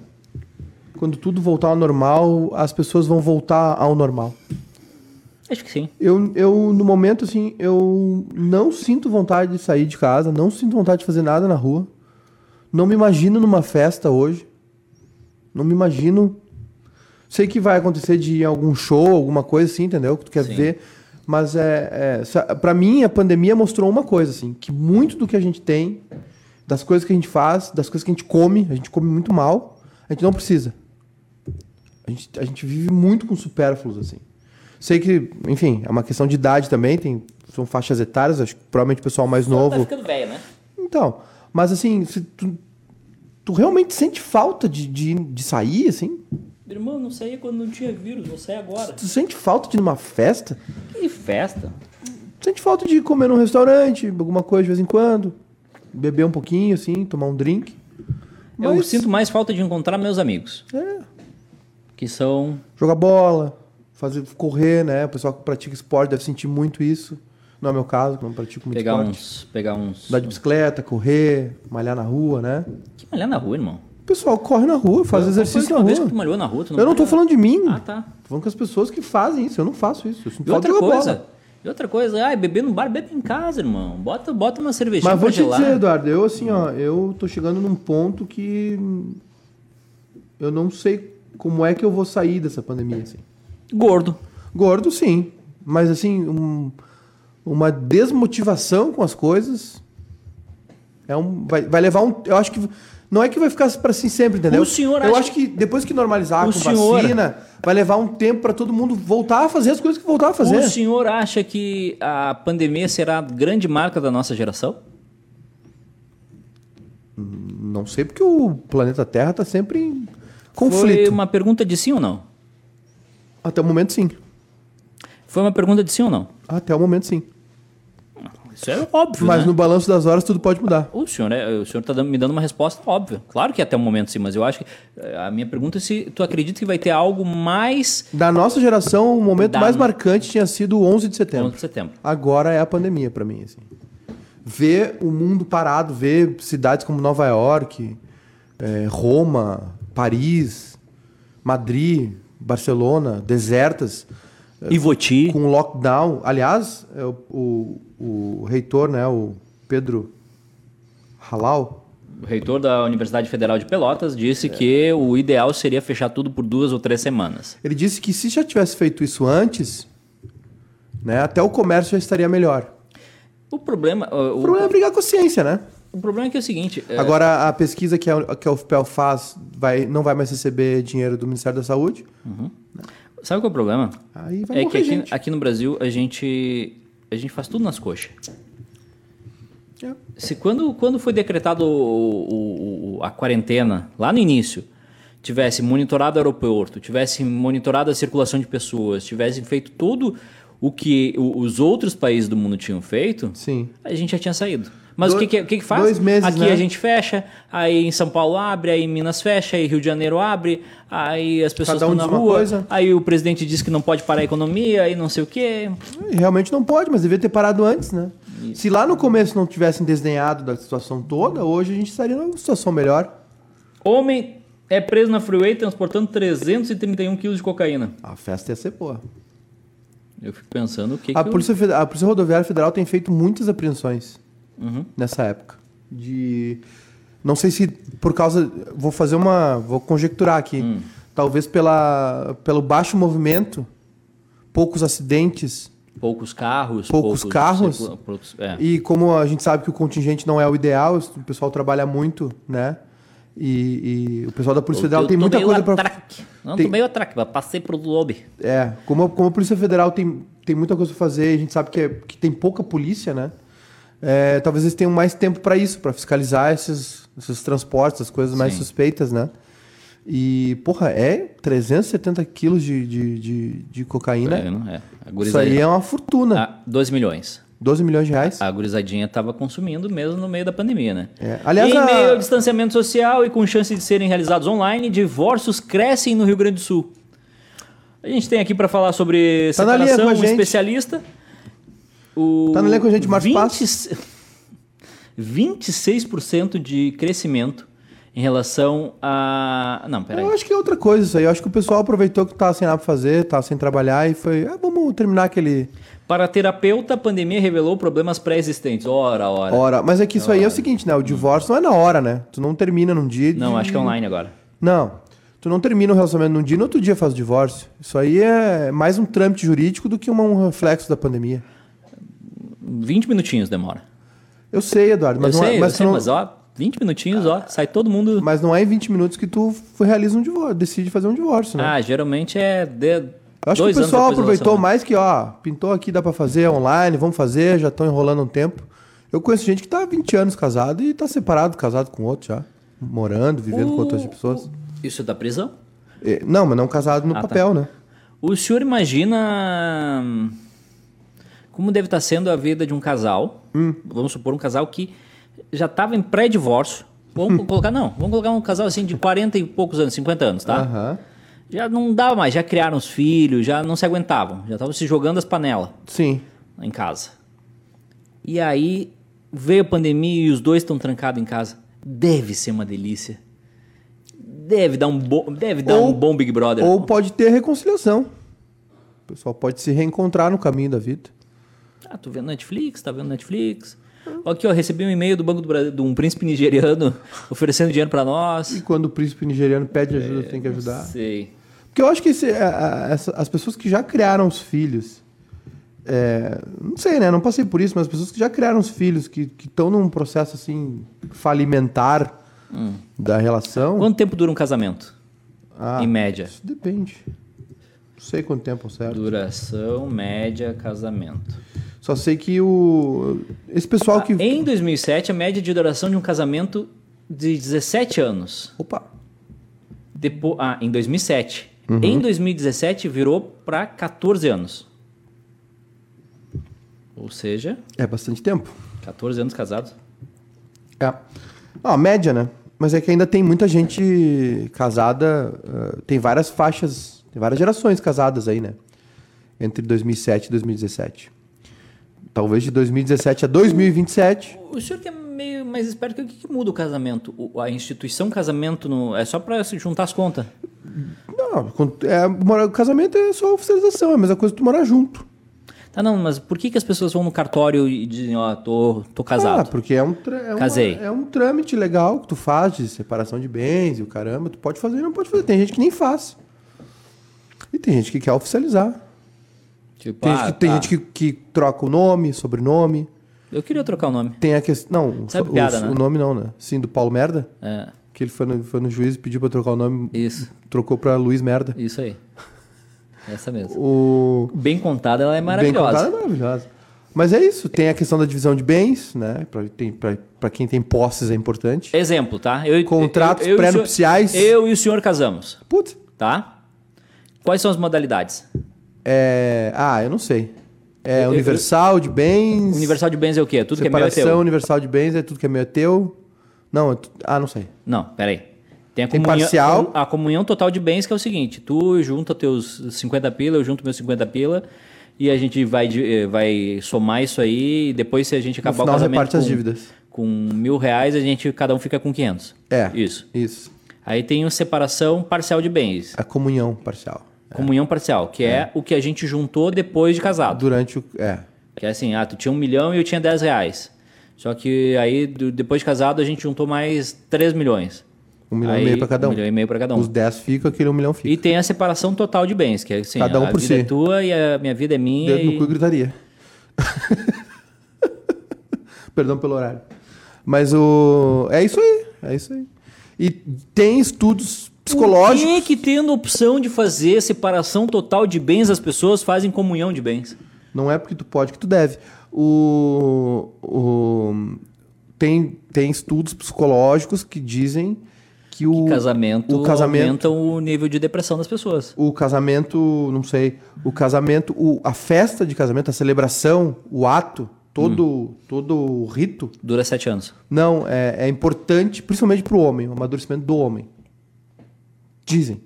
[SPEAKER 1] quando tudo voltar ao normal, as pessoas vão voltar ao normal.
[SPEAKER 2] Acho que sim.
[SPEAKER 1] Eu, eu, no momento, assim, eu não sinto vontade de sair de casa, não sinto vontade de fazer nada na rua. Não me imagino numa festa hoje. Não me imagino. Sei que vai acontecer de ir a algum show, alguma coisa assim, entendeu? Que tu quer
[SPEAKER 2] Sim.
[SPEAKER 1] ver. Mas é, é sa- pra mim, a pandemia mostrou uma coisa, assim, que muito do que a gente tem, das coisas que a gente faz, das coisas que a gente come, a gente come muito mal, a gente não precisa. A gente, a gente vive muito com supérfluos, assim. Sei que, enfim, é uma questão de idade também, tem, são faixas etárias, acho que provavelmente o pessoal mais
[SPEAKER 2] Tá
[SPEAKER 1] novo.
[SPEAKER 2] ficando velho, né?
[SPEAKER 1] Então, mas assim, se tu, tu realmente sente falta de, de, de sair, assim?
[SPEAKER 2] Irmão, não saía quando não tinha vírus, vou sair agora.
[SPEAKER 1] Tu sente falta de ir numa festa?
[SPEAKER 2] Que festa?
[SPEAKER 1] Tu sente falta de comer num restaurante, alguma coisa de vez em quando? Beber um pouquinho, assim, tomar um drink?
[SPEAKER 2] Eu
[SPEAKER 1] Mas-
[SPEAKER 2] sinto mais falta de encontrar meus amigos,
[SPEAKER 1] É,
[SPEAKER 2] que são
[SPEAKER 1] jogar bola, fazer, correr, né? O pessoal que pratica esporte deve sentir muito isso. Não é meu caso, que não pratico muito
[SPEAKER 2] pegar um
[SPEAKER 1] esporte.
[SPEAKER 2] uns, pegar uns.
[SPEAKER 1] Andar de bicicleta, correr, malhar na rua, né?
[SPEAKER 2] Que malhar na rua, irmão.
[SPEAKER 1] O pessoal corre na rua, faz exercício na
[SPEAKER 2] Uma vez que tu
[SPEAKER 1] rua.
[SPEAKER 2] malhou na rua, tu
[SPEAKER 1] Eu não tô
[SPEAKER 2] malhou?
[SPEAKER 1] falando de mim.
[SPEAKER 2] Ah, tá.
[SPEAKER 1] Tô falando com as pessoas que fazem isso. Eu não faço isso. Eu sinto
[SPEAKER 2] E
[SPEAKER 1] falta
[SPEAKER 2] outra
[SPEAKER 1] de jogar
[SPEAKER 2] coisa.
[SPEAKER 1] bola.
[SPEAKER 2] E outra coisa, ai, beber no bar, bebe em casa, irmão. Bota, bota uma cervejinha
[SPEAKER 1] Mas vou
[SPEAKER 2] pra
[SPEAKER 1] te
[SPEAKER 2] gelar.
[SPEAKER 1] dizer, Eduardo, eu assim, ó, eu tô chegando num ponto que hum, eu não sei como é que eu vou sair dessa pandemia, assim.
[SPEAKER 2] Gordo.
[SPEAKER 1] Gordo, sim. Mas assim, um- uma desmotivação com as coisas é um, vai, vai levar um. Eu acho que. Não é que vai ficar pra assim sempre, entendeu?
[SPEAKER 2] O senhor
[SPEAKER 1] eu
[SPEAKER 2] acha
[SPEAKER 1] acho que depois que normalizar
[SPEAKER 2] O
[SPEAKER 1] com
[SPEAKER 2] senhor-
[SPEAKER 1] vacina, vai levar um tempo pra todo mundo voltar a fazer as coisas que voltar a fazer.
[SPEAKER 2] O senhor acha que a pandemia será a grande marca da nossa geração?
[SPEAKER 1] Não sei porque o planeta Terra tá sempre em conflito.
[SPEAKER 2] Foi uma pergunta de sim ou não?
[SPEAKER 1] Até o momento, sim.
[SPEAKER 2] Foi uma pergunta de sim ou não?
[SPEAKER 1] Até o momento, sim.
[SPEAKER 2] Isso é óbvio,
[SPEAKER 1] Mas
[SPEAKER 2] né?
[SPEAKER 1] no balanço das horas tudo pode mudar.
[SPEAKER 2] O senhor, é- o senhor está me dando uma resposta óbvia. Claro que é até o momento sim, mas eu acho que eh, a minha pergunta é se tu acredita que vai ter algo mais
[SPEAKER 1] Da nossa geração, o momento
[SPEAKER 2] Da-
[SPEAKER 1] mais marcante tinha sido o 11 de setembro.
[SPEAKER 2] 11 de setembro.
[SPEAKER 1] Agora é a pandemia pra mim, assim. Ver o mundo parado, ver cidades como Nova York, eh, Roma, Paris, Madrid, Barcelona, desertas,
[SPEAKER 2] Ivoti.
[SPEAKER 1] com lockdown. Aliás, é o, o- o reitor, né, o Pedro Halal,
[SPEAKER 2] O reitor da Universidade Federal de Pelotas disse que o ideal seria fechar tudo por duas ou três semanas.
[SPEAKER 1] Ele disse que se já tivesse feito isso antes, né, até o comércio já estaria melhor.
[SPEAKER 2] O problema, ah, o,
[SPEAKER 1] O problema é brigar com a ciência, né?
[SPEAKER 2] o problema é que é o seguinte, é,
[SPEAKER 1] Agora, a pesquisa que a, que a UFPEL faz vai, não vai mais receber dinheiro do Ministério da Saúde.
[SPEAKER 2] sabe qual é o problema?
[SPEAKER 1] Aí vai
[SPEAKER 2] É que
[SPEAKER 1] morrer
[SPEAKER 2] aqui,
[SPEAKER 1] gente.
[SPEAKER 2] aqui no Brasil a gente a gente faz tudo nas coxas.
[SPEAKER 1] É.
[SPEAKER 2] Se quando, quando foi decretado o- o- o- a quarentena, lá no início, tivesse monitorado o aeroporto, tivesse monitorado a circulação de pessoas, tivesse feito tudo o que o- os outros países do mundo tinham feito,
[SPEAKER 1] Sim.
[SPEAKER 2] a gente já tinha saído. Mas
[SPEAKER 1] Dois-
[SPEAKER 2] o que, que, o que que faz?
[SPEAKER 1] dois meses,
[SPEAKER 2] Aqui
[SPEAKER 1] né?
[SPEAKER 2] a gente fecha, aí em São Paulo abre, aí em Minas fecha, aí Rio de Janeiro abre, aí as pessoas
[SPEAKER 1] Cada um
[SPEAKER 2] estão na
[SPEAKER 1] diz uma
[SPEAKER 2] rua,
[SPEAKER 1] coisa.
[SPEAKER 2] aí o presidente diz que não pode parar a economia, aí não sei o quê.
[SPEAKER 1] E Realmente não pode, mas devia ter parado antes, né? Se lá no começo não tivessem desdenhado da situação toda, hoje a gente estaria numa situação melhor.
[SPEAKER 2] Homem é preso na freeway transportando 331 quilos de cocaína.
[SPEAKER 1] A festa ia ser boa.
[SPEAKER 2] Eu fico pensando o que,
[SPEAKER 1] A
[SPEAKER 2] que
[SPEAKER 1] Polícia, Fede- a Polícia Rodoviária Federal tem feito muitas apreensões
[SPEAKER 2] Uhum.
[SPEAKER 1] nessa época. De. Não sei se por causa. Vou fazer uma. Vou conjecturar aqui.
[SPEAKER 2] Hum.
[SPEAKER 1] Talvez pela, pelo baixo movimento, poucos acidentes,
[SPEAKER 2] Poucos carros.
[SPEAKER 1] Poucos carros?
[SPEAKER 2] circu- poucos- é.
[SPEAKER 1] E como a gente sabe que o contingente não é o ideal, o pessoal trabalha muito, né? E, e o pessoal da Polícia Federal
[SPEAKER 2] Eu
[SPEAKER 1] um tem muita
[SPEAKER 2] tomei o
[SPEAKER 1] coisa para
[SPEAKER 2] atraque. Não
[SPEAKER 1] Tem-
[SPEAKER 2] tomei o atraque, mas passei pro lobby.
[SPEAKER 1] É, como, a- como a Polícia Federal tem, tem muita coisa pra fazer, a gente sabe que, é- que tem pouca polícia, né? É, talvez eles tenham mais tempo pra isso, pra fiscalizar esses, esses transportes, as coisas mais
[SPEAKER 2] Sim.
[SPEAKER 1] suspeitas, né? E, porra, é 370 quilos de, de, de, de cocaína.
[SPEAKER 2] É, não Ah. é. A
[SPEAKER 1] Né? Isso aí
[SPEAKER 2] gurizadinha.
[SPEAKER 1] é uma fortuna.
[SPEAKER 2] 2 milhões.
[SPEAKER 1] 12 milhões de reais.
[SPEAKER 2] A gurizadinha tava consumindo mesmo no meio da pandemia, né?
[SPEAKER 1] É. Aliás,
[SPEAKER 2] em
[SPEAKER 1] a-
[SPEAKER 2] meio ao distanciamento social e com chance de serem realizados online, divórcios crescem no Rio Grande do Sul. A gente tem aqui para falar sobre
[SPEAKER 1] Tá na linha
[SPEAKER 2] separação,
[SPEAKER 1] com a
[SPEAKER 2] um
[SPEAKER 1] gente.
[SPEAKER 2] especialista. O
[SPEAKER 1] Tá na linha com a gente, Marcos Passos.
[SPEAKER 2] 26% de crescimento em relação a... Não, peraí.
[SPEAKER 1] Eu acho que é outra coisa isso aí. Eu acho que o pessoal aproveitou que tava sem nada pra fazer, tava sem trabalhar e foi, ah, vamos terminar aquele...
[SPEAKER 2] Para terapeuta, a pandemia revelou problemas pré-existentes. Ora, ora.
[SPEAKER 1] Hora. Mas é que isso aí é o seguinte, né? O divórcio não é na hora, né? Tu não termina num dia. de-
[SPEAKER 2] Não, acho que é online agora.
[SPEAKER 1] Não. Tu não termina o relacionamento num dia e no outro dia faz o divórcio. Isso aí é mais um trâmite jurídico do que uma- um reflexo da pandemia.
[SPEAKER 2] 20 minutinhos demora.
[SPEAKER 1] Eu sei, Eduardo, mas,
[SPEAKER 2] eu
[SPEAKER 1] não,
[SPEAKER 2] sei,
[SPEAKER 1] é, mas,
[SPEAKER 2] mas, eu
[SPEAKER 1] tu
[SPEAKER 2] sei,
[SPEAKER 1] não-
[SPEAKER 2] mas ó, 20 minutinhos, ó, sai todo mundo.
[SPEAKER 1] mas não é em 20 minutos que tu f- realiza um divórcio, decide fazer um divórcio, né?
[SPEAKER 2] Ah, geralmente é de
[SPEAKER 1] Eu acho que o
[SPEAKER 2] dois anos
[SPEAKER 1] pessoal
[SPEAKER 2] depois do
[SPEAKER 1] aproveitou
[SPEAKER 2] lançamento.
[SPEAKER 1] mais que, ó, pintou aqui, dá pra fazer online, vamos fazer, já estão enrolando um tempo. Eu conheço gente que tá há 20 anos casado e tá separado, casado com outro já. Morando, vivendo com outras
[SPEAKER 2] O-
[SPEAKER 1] pessoas.
[SPEAKER 2] o- Isso da prisão?
[SPEAKER 1] É, Não, mas não casado no
[SPEAKER 2] Ah, tá.
[SPEAKER 1] papel, né?
[SPEAKER 2] O senhor imagina hum, como deve estar sendo a vida de um casal?
[SPEAKER 1] Hum.
[SPEAKER 2] Vamos supor um casal que já estava em pré-divórcio. Vamos
[SPEAKER 1] Hum.
[SPEAKER 2] colocar não, vamos colocar um casal assim de 40 e poucos anos, 50 anos, tá?
[SPEAKER 1] Aham.
[SPEAKER 2] Já não dava mais, já criaram os filhos, já não se aguentavam, já estavam se jogando as panelas.
[SPEAKER 1] Sim.
[SPEAKER 2] em casa. E aí veio a pandemia e os dois estão trancados em casa. Deve ser uma delícia. Deve dar um bom, deve dar
[SPEAKER 1] Ou-
[SPEAKER 2] um bom Big Brother.
[SPEAKER 1] Ou pode ter reconciliação. O pessoal pode se reencontrar no caminho da vida.
[SPEAKER 2] Ah, tô vendo Netflix, tá vendo Netflix. Aqui, ó, recebi um e-mail do Banco do Brasil, de um príncipe nigeriano oferecendo dinheiro pra
[SPEAKER 1] E
[SPEAKER 2] nós.
[SPEAKER 1] quando o príncipe nigeriano pede ajuda, tu tem que ajudar.
[SPEAKER 2] Sei.
[SPEAKER 1] Porque eu acho que esse- a- a- essa- as pessoas que já criaram os filhos. é, não sei, né? Não passei por isso, mas as pessoas que já criaram os filhos, que estão num processo assim, falimentar da relação.
[SPEAKER 2] Quanto tempo dura um casamento?
[SPEAKER 1] Ah,
[SPEAKER 2] Em média.
[SPEAKER 1] Isso depende. Não sei quanto tempo, ao certo?
[SPEAKER 2] Duração média casamento.
[SPEAKER 1] Só sei que o. Esse pessoal que.
[SPEAKER 2] Em 2007, a média de duração de um casamento de 17 anos.
[SPEAKER 1] Opa!
[SPEAKER 2] Depo... Ah, em 2007.
[SPEAKER 1] Uhum.
[SPEAKER 2] Em 2017 virou para 14 anos. Ou seja,
[SPEAKER 1] É bastante tempo.
[SPEAKER 2] 14 anos casados.
[SPEAKER 1] É. Ah, média, né? Mas é que ainda tem muita gente casada, eh, tem várias faixas, tem várias gerações casadas aí, né? Entre 2007 e 2017. Talvez de 2017 a 2027.
[SPEAKER 2] O senhor que é meio mais esperto, o que, que muda o casamento? O- a instituição casamento no... é só para se juntar as contas.
[SPEAKER 1] Não, quando- é, morar, casamento é só oficialização, é a mesma coisa que tu morar junto.
[SPEAKER 2] Tá, não, mas por que, que as pessoas vão no cartório e dizem, ó, tô, tô
[SPEAKER 1] Ah,
[SPEAKER 2] casado?
[SPEAKER 1] porque é um, tra- é uma-
[SPEAKER 2] Casei.
[SPEAKER 1] é um trâmite legal que tu faz de separação de bens e o caramba. Tu pode fazer e não pode fazer. Tem gente que nem faz. E tem gente que quer oficializar.
[SPEAKER 2] Tipo,
[SPEAKER 1] Tem
[SPEAKER 2] ah,
[SPEAKER 1] gente, que, tem
[SPEAKER 2] tá.
[SPEAKER 1] gente que, que troca o nome, sobrenome.
[SPEAKER 2] Eu queria trocar o nome.
[SPEAKER 1] Tem a questão. Não,
[SPEAKER 2] Sabe
[SPEAKER 1] o,
[SPEAKER 2] piada,
[SPEAKER 1] o-
[SPEAKER 2] né?
[SPEAKER 1] o nome não, né? Sim, do Paulo Merda.
[SPEAKER 2] É,
[SPEAKER 1] Que ele foi no, foi no juiz e pediu pra trocar o nome.
[SPEAKER 2] isso,
[SPEAKER 1] Trocou pra Luiz Merda.
[SPEAKER 2] isso aí. Essa mesmo.
[SPEAKER 1] O.
[SPEAKER 2] Bem contada, ela é
[SPEAKER 1] Bem contado
[SPEAKER 2] maravilhosa.
[SPEAKER 1] é maravilhosa. Mas é isso. Tem a questão da divisão de bens, né? Pra, tem, pra, pra quem tem posses é importante.
[SPEAKER 2] Exemplo, tá? Eu,
[SPEAKER 1] Contratos
[SPEAKER 2] eu- eu e o senhor-
[SPEAKER 1] pré-nupciais.
[SPEAKER 2] Eu e o senhor casamos,
[SPEAKER 1] Putz.
[SPEAKER 2] tá? Quais são as modalidades?
[SPEAKER 1] É. Ah, eu não sei. É universal de bens.
[SPEAKER 2] Universal de bens é o quê? Tudo que é
[SPEAKER 1] separação
[SPEAKER 2] meu é teu.
[SPEAKER 1] universal de bens é tudo que é meu é teu. Não, é tu- ah, não sei.
[SPEAKER 2] Não, peraí. Tem a
[SPEAKER 1] Tem
[SPEAKER 2] comunhão,
[SPEAKER 1] parcial.
[SPEAKER 2] A comunhão total de bens que é o seguinte: tu junta teus 50 pila, eu junto meus 50 pila. E a gente vai, de- eh, vai somar isso aí e depois se a gente
[SPEAKER 1] No
[SPEAKER 2] acabar o
[SPEAKER 1] final
[SPEAKER 2] casamento
[SPEAKER 1] reparte
[SPEAKER 2] com, um.
[SPEAKER 1] as dívidas.
[SPEAKER 2] com mil reais, a gente, cada um fica com 500.
[SPEAKER 1] É.
[SPEAKER 2] Isso.
[SPEAKER 1] Isso.
[SPEAKER 2] Aí tem a separação parcial de bens.
[SPEAKER 1] A comunhão parcial.
[SPEAKER 2] Comunhão parcial, que é o que a gente juntou depois de casado.
[SPEAKER 1] Durante o. É.
[SPEAKER 2] Que é assim, ah, tu tinha um milhão e eu tinha 10 reais. Só que aí, do- depois de casado, a gente juntou mais 3 milhões.
[SPEAKER 1] Um milhão e meio pra cada um.
[SPEAKER 2] Um milhão e meio pra cada um.
[SPEAKER 1] Os 10 ficam, aquele um milhão fica.
[SPEAKER 2] E tem a separação total de bens, que é assim,
[SPEAKER 1] Cada um
[SPEAKER 2] a
[SPEAKER 1] por
[SPEAKER 2] vida
[SPEAKER 1] si.
[SPEAKER 2] é tua e a minha vida é minha.
[SPEAKER 1] Dedo no
[SPEAKER 2] e-
[SPEAKER 1] cu e gritaria. Perdão pelo horário. Mas o. É isso aí. É isso aí. E tem estudos psicológicos.
[SPEAKER 2] Por que, que tendo opção de fazer separação total de bens, as pessoas fazem comunhão de bens?
[SPEAKER 1] Não é porque tu pode que tu deve. O, o- tem, tem estudos psicológicos que dizem que o
[SPEAKER 2] Casamento,
[SPEAKER 1] o casamento
[SPEAKER 2] aumenta o nível de depressão das pessoas.
[SPEAKER 1] o casamento, não sei, o casamento, o- a festa de casamento, a celebração, o ato, todo
[SPEAKER 2] Hum.
[SPEAKER 1] todo o rito,
[SPEAKER 2] Dura sete anos.
[SPEAKER 1] não é, é importante, principalmente para o homem, o amadurecimento do homem. Dizem,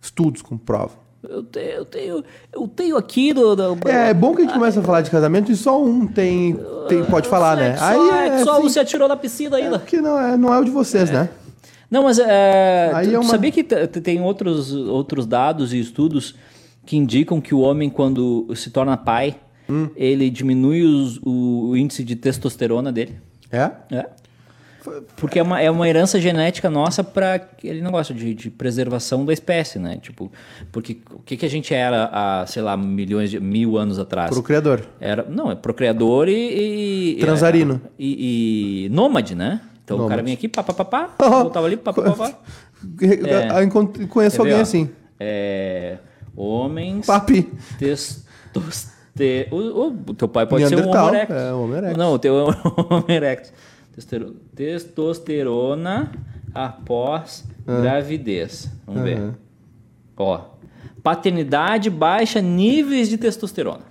[SPEAKER 1] estudos comprovam.
[SPEAKER 2] Eu tenho, eu tenho, eu tenho aqui do, do-
[SPEAKER 1] É, é bom que a gente começa a falar de casamento e só um tem, tem pode falar, né?
[SPEAKER 2] É que só,
[SPEAKER 1] Aí
[SPEAKER 2] é que
[SPEAKER 1] é,
[SPEAKER 2] só
[SPEAKER 1] assim,
[SPEAKER 2] você atirou na piscina
[SPEAKER 1] É
[SPEAKER 2] ainda.
[SPEAKER 1] porque não é, não é o de vocês, né?
[SPEAKER 2] Não, mas é,
[SPEAKER 1] Aí
[SPEAKER 2] tu,
[SPEAKER 1] é
[SPEAKER 2] tu
[SPEAKER 1] uma-
[SPEAKER 2] sabia que t- t- tem outros, outros dados e estudos que indicam que o homem, quando se torna pai,
[SPEAKER 1] Hum.
[SPEAKER 2] ele diminui os- o, o índice de testosterona dele?
[SPEAKER 1] É?
[SPEAKER 2] É. Porque é uma, é uma herança genética nossa para ele não gosta de, de preservação da espécie, né? Tipo, porque o que, que a gente era há, sei lá, milhões de mil anos atrás?
[SPEAKER 1] Pro criador.
[SPEAKER 2] Era, não, é procriador e. e
[SPEAKER 1] Transarino.
[SPEAKER 2] E, e nômade, né? Então o
[SPEAKER 1] Nômade.
[SPEAKER 2] cara vinha aqui, papapá, voltava ali, papapá.
[SPEAKER 1] Eu encont- Conheço alguém assim.
[SPEAKER 2] É, homens.
[SPEAKER 1] Papi.
[SPEAKER 2] Testosterona. O, o- o teu pai pode ser um
[SPEAKER 1] Neandertal,
[SPEAKER 2] Homo erectus.
[SPEAKER 1] é, Homo erectus.
[SPEAKER 2] Não, o teu é um Homo erectus. Testero- Testosterona após gravidez. Vamos ver.
[SPEAKER 1] Aham.
[SPEAKER 2] Ó. Paternidade baixa níveis de testosterona.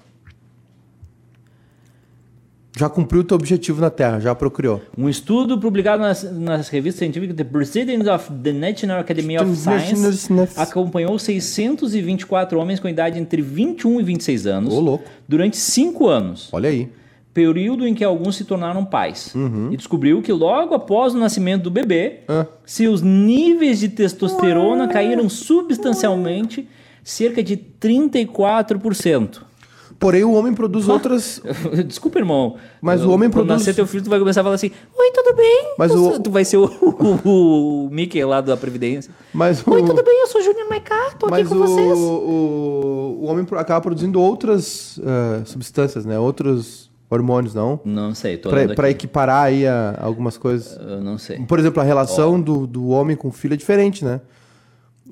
[SPEAKER 1] Já cumpriu o teu objetivo na Terra, já procriou.
[SPEAKER 2] Um estudo publicado nas, nas revistas científicas The Proceedings of the National Academy of Science acompanhou 624 homens com idade entre 21 e 26 anos
[SPEAKER 1] Ô, louco.
[SPEAKER 2] durante 5 anos,
[SPEAKER 1] Olha aí.
[SPEAKER 2] período em que alguns se tornaram pais. E descobriu que logo após o nascimento do bebê,
[SPEAKER 1] Uhum. Hã?
[SPEAKER 2] seus níveis de testosterona caíram substancialmente, cerca de 34%.
[SPEAKER 1] Porém, o homem produz
[SPEAKER 2] Ah,
[SPEAKER 1] outras.
[SPEAKER 2] Desculpa, irmão.
[SPEAKER 1] Mas o homem
[SPEAKER 2] Quando
[SPEAKER 1] produz-
[SPEAKER 2] nascer teu filho, tu vai começar a falar assim: Oi, tudo bem?
[SPEAKER 1] Mas
[SPEAKER 2] Eu
[SPEAKER 1] o-
[SPEAKER 2] sou- Tu vai ser o, o, o Mickey lá da Previdência.
[SPEAKER 1] Mas o.
[SPEAKER 2] Oi, tudo bem? Eu sou o Júnior Maiká, tô
[SPEAKER 1] Hum. Mas
[SPEAKER 2] aqui com
[SPEAKER 1] o,
[SPEAKER 2] vocês.
[SPEAKER 1] o, o homem pro- acaba produzindo outras ah, substâncias, né? Outros hormônios, não?
[SPEAKER 2] Não sei, tô olhando
[SPEAKER 1] Pra,
[SPEAKER 2] aqui.
[SPEAKER 1] pra equiparar aí a- algumas coisas.
[SPEAKER 2] Eu não sei.
[SPEAKER 1] Por exemplo, a relação do, do homem com o filho é diferente, né?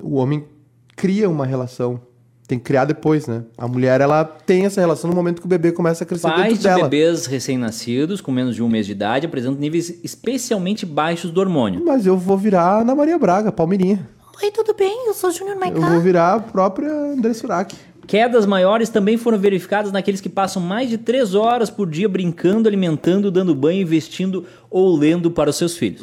[SPEAKER 1] O homem cria uma relação. Tem que criar depois, né? A mulher, ela tem essa relação no momento que o bebê começa a crescer
[SPEAKER 2] Pais
[SPEAKER 1] é dentro
[SPEAKER 2] de
[SPEAKER 1] dela.
[SPEAKER 2] bebês recém-nascidos com menos de um mês de idade apresentam níveis especialmente baixos do hormônio.
[SPEAKER 1] Mas eu vou virar a Ana Maria Braga, Palmeirinha.
[SPEAKER 3] Oi, tudo bem? Eu sou o Júnior
[SPEAKER 1] Eu
[SPEAKER 3] Maiká.
[SPEAKER 1] vou virar a própria André Surak.
[SPEAKER 2] Quedas maiores também foram verificadas naqueles que passam mais de três horas por dia brincando, alimentando, dando banho, vestindo ou lendo para os seus filhos.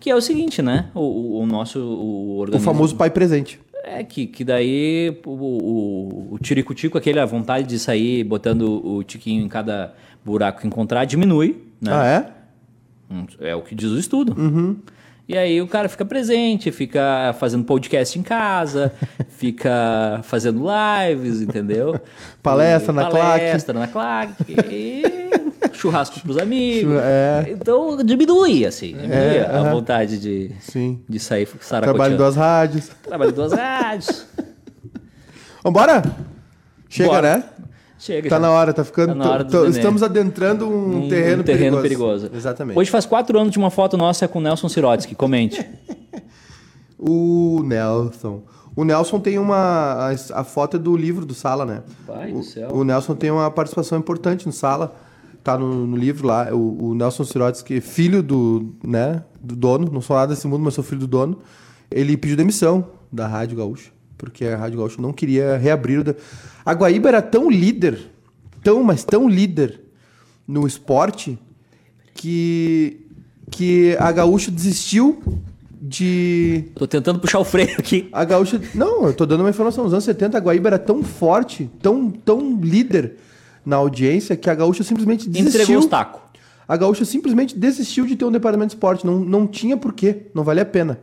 [SPEAKER 2] Que é o seguinte, né? O- O, o nosso o
[SPEAKER 1] Uhum. O
[SPEAKER 2] organismo.
[SPEAKER 1] famoso pai presente.
[SPEAKER 2] É, que, que daí o, o, o tirico-tico, aquele, a vontade de sair botando o tiquinho em cada buraco que encontrar, diminui, né?
[SPEAKER 1] Ah, é? Uhum.
[SPEAKER 2] Hum, É o que diz o estudo. E aí o cara fica presente, fica fazendo podcast em casa, fica fazendo lives, entendeu?
[SPEAKER 1] Palestra na claque.
[SPEAKER 2] Palestra na claque. E churrasco pros amigos.
[SPEAKER 1] Chu- é.
[SPEAKER 2] Então diminui, assim, diminui
[SPEAKER 1] É,
[SPEAKER 2] a
[SPEAKER 1] aham.
[SPEAKER 2] vontade de,
[SPEAKER 1] Sim.
[SPEAKER 2] de sair
[SPEAKER 1] Trabalho em
[SPEAKER 2] saracoteando.
[SPEAKER 1] duas rádios.
[SPEAKER 2] Trabalho em duas rádios.
[SPEAKER 1] Vambora? Chega,
[SPEAKER 2] Bora.
[SPEAKER 1] né?
[SPEAKER 2] Chega.
[SPEAKER 1] Tá
[SPEAKER 2] já.
[SPEAKER 1] na hora, tá ficando.
[SPEAKER 2] Tá na hora do
[SPEAKER 1] tô- tô-
[SPEAKER 2] neném.
[SPEAKER 1] estamos adentrando um, terreno,
[SPEAKER 2] terreno
[SPEAKER 1] perigoso.
[SPEAKER 2] perigoso.
[SPEAKER 1] Exatamente.
[SPEAKER 2] Hoje faz quatro anos de uma foto nossa com o Nelson Sirotsky. Comente.
[SPEAKER 1] O Nelson. O Nelson tem uma. A, a foto é do livro do Sala, né?
[SPEAKER 2] Pai
[SPEAKER 1] o,
[SPEAKER 2] do céu.
[SPEAKER 1] o Nelson tem uma participação importante no Sala. Tá no, no livro lá. O, o Nelson Sirotsky, filho do. né? Do dono. Não sou nada desse mundo, mas sou filho do dono. Ele pediu demissão da Rádio Gaúcha. Porque a Rádio Gaúcha não queria reabrir o. da- A Guaíba era tão líder. Tão, mas tão líder no esporte que. Que a Gaúcha desistiu de
[SPEAKER 2] Tô tentando puxar o freio aqui.
[SPEAKER 1] a gaúcha. Não, eu tô dando uma informação. Nos anos 70, a Guaíba era tão forte, tão, tão líder na audiência, que a gaúcha simplesmente desistiu.
[SPEAKER 2] Entregou os tacos.
[SPEAKER 1] A gaúcha simplesmente desistiu de ter um departamento de esporte. Não, não tinha porquê, não valia a pena.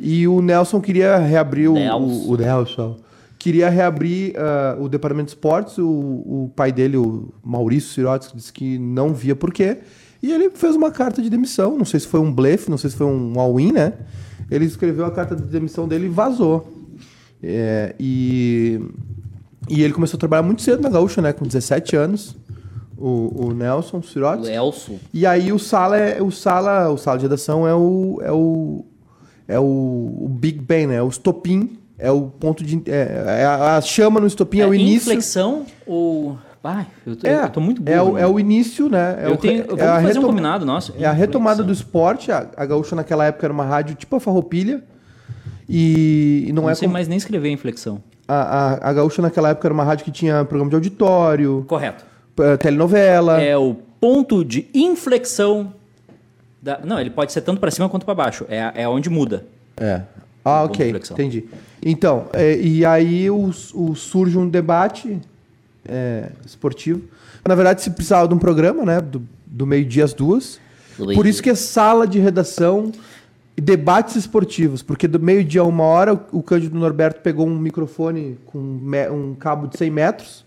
[SPEAKER 1] E o Nelson queria reabrir o.
[SPEAKER 2] Nelson.
[SPEAKER 1] O, o Nelson. Queria reabrir ah, o departamento de esportes. O, o pai dele, o Maurício Sirotsky, disse que não via porquê. E ele fez uma carta de demissão. Não sei se foi um blefe, não sei se foi um all-in, né? ele escreveu a carta de demissão dele e vazou. É, e, e ele começou a trabalhar muito cedo na Gaúcha, né? Com 17 anos, o, o Nelson
[SPEAKER 2] O
[SPEAKER 1] Sirotes.
[SPEAKER 2] Elso.
[SPEAKER 1] E aí o Sala é o Sala, o Sala de redação é o é o é o, o Big Bang, né? É o estopim, é o ponto de é, é a a chama no estopim é, o início.
[SPEAKER 2] Inflexão ou... Ai, eu tô, eu tô muito burro.
[SPEAKER 1] é, o, é
[SPEAKER 2] mano.
[SPEAKER 1] o início, né? É
[SPEAKER 2] Eu
[SPEAKER 1] o, re-
[SPEAKER 2] tenho-
[SPEAKER 1] é
[SPEAKER 2] vamos
[SPEAKER 1] a
[SPEAKER 2] fazer um
[SPEAKER 1] retoma-
[SPEAKER 2] combinado nosso.
[SPEAKER 1] É a retomada do esporte. A, a Gaúcha naquela época era uma rádio tipo a Farroupilha. E, e não,
[SPEAKER 2] Não,
[SPEAKER 1] é
[SPEAKER 2] sei
[SPEAKER 1] como-
[SPEAKER 2] mais nem escrever inflexão.
[SPEAKER 1] a, a, a Gaúcha naquela época era uma rádio que tinha programa de auditório,
[SPEAKER 2] Correto.
[SPEAKER 1] eh, telenovela.
[SPEAKER 2] É o ponto de inflexão da... Não, ele pode ser tanto pra cima quanto pra baixo. É, a- é onde muda.
[SPEAKER 1] É. Ah,
[SPEAKER 2] Um ponto de
[SPEAKER 1] ok.
[SPEAKER 2] flexão.
[SPEAKER 1] Entendi. Então, é, e aí o, o- surge um debate é, esportivo. Na verdade, se precisava de um programa, né? Do, do meio-dia às duas.
[SPEAKER 2] Do
[SPEAKER 1] Por
[SPEAKER 2] meio-dia.
[SPEAKER 1] isso que é sala de redação e debates esportivos. Porque do meio-dia a uma hora, o, o Cândido Norberto pegou um microfone com me- um cabo de 100 metros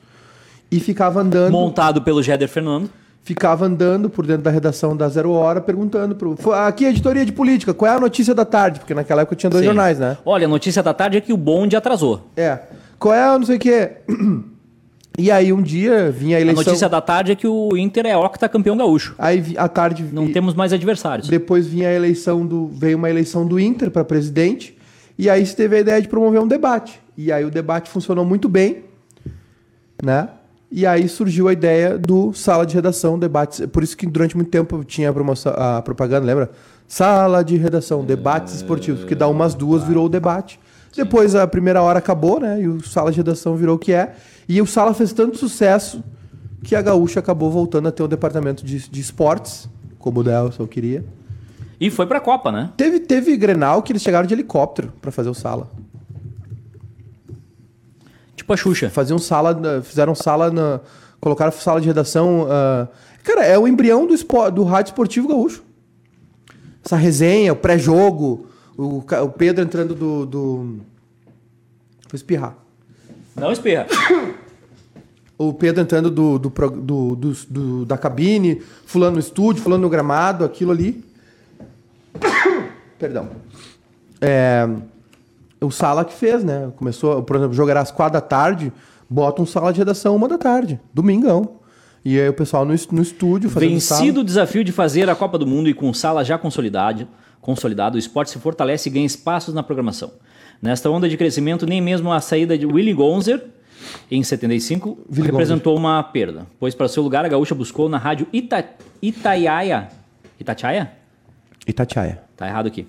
[SPEAKER 1] e ficava andando
[SPEAKER 2] Montado pelo Jéder Fernando.
[SPEAKER 1] ficava andando por dentro da redação da Zero Hora perguntando pro. Fo- Aqui, é editoria de política, qual é a notícia da tarde? Porque naquela época tinha dois
[SPEAKER 2] Sim.
[SPEAKER 1] jornais, né?
[SPEAKER 2] Olha, a notícia da tarde é que o bonde atrasou.
[SPEAKER 1] É. Qual é a não sei o quê? E aí um dia vinha a
[SPEAKER 2] A
[SPEAKER 1] eleição.
[SPEAKER 2] notícia da tarde é que o Inter é octacampeão gaúcho.
[SPEAKER 1] Aí vi- à tarde.
[SPEAKER 2] Não
[SPEAKER 1] e-
[SPEAKER 2] temos mais adversários.
[SPEAKER 1] Depois vinha a eleição do. Veio uma eleição do Inter para presidente. E aí se teve a ideia de promover um debate. E aí o debate funcionou muito bem, né? E aí surgiu a ideia do sala de redação, debates. Por isso que durante muito tempo tinha a, promoção, a propaganda, lembra? Sala de redação, debates esportivos, que dá umas duas, virou o debate. Depois a primeira hora acabou, né? E o sala de redação virou o que é. E o sala fez tanto sucesso que a Gaúcha acabou voltando a ter um departamento de, de esportes, como o Nelson queria.
[SPEAKER 2] E foi pra Copa, né?
[SPEAKER 1] Teve, teve Grenal que eles chegaram de helicóptero para fazer o sala.
[SPEAKER 2] Tipo a Xuxa.
[SPEAKER 1] Faziam sala, na- fizeram sala na. Colocaram sala de redação. ah, cara, é o embrião do, espo- do rádio esportivo gaúcho. Essa resenha, o pré-jogo, o, ca- o Pedro entrando do. do... Vou espirrar.
[SPEAKER 2] Não espirra.
[SPEAKER 1] O Pedro entrando do, do, pro- do- do- do- da cabine, fulano no estúdio, fulano no gramado, aquilo ali. Perdão. É, o Sala que fez, né? Começou, por exemplo, jogar às quatro da tarde, bota um sala de redação uma da tarde, domingão. E aí o pessoal no, es- no estúdio fazendo
[SPEAKER 2] Vencido
[SPEAKER 1] sala.
[SPEAKER 2] o desafio de fazer a Copa do Mundo e com sala já consolidada, consolidado, o esporte se fortalece e ganha espaços na programação. Nesta onda de crescimento, nem mesmo a saída de Willy Gonzer, em 75,
[SPEAKER 1] Willy
[SPEAKER 2] representou uma perda, pois para seu lugar a gaúcha buscou na rádio Ita Itaiaia. Itatiaia?
[SPEAKER 1] Itatiaia.
[SPEAKER 2] Tá errado aqui.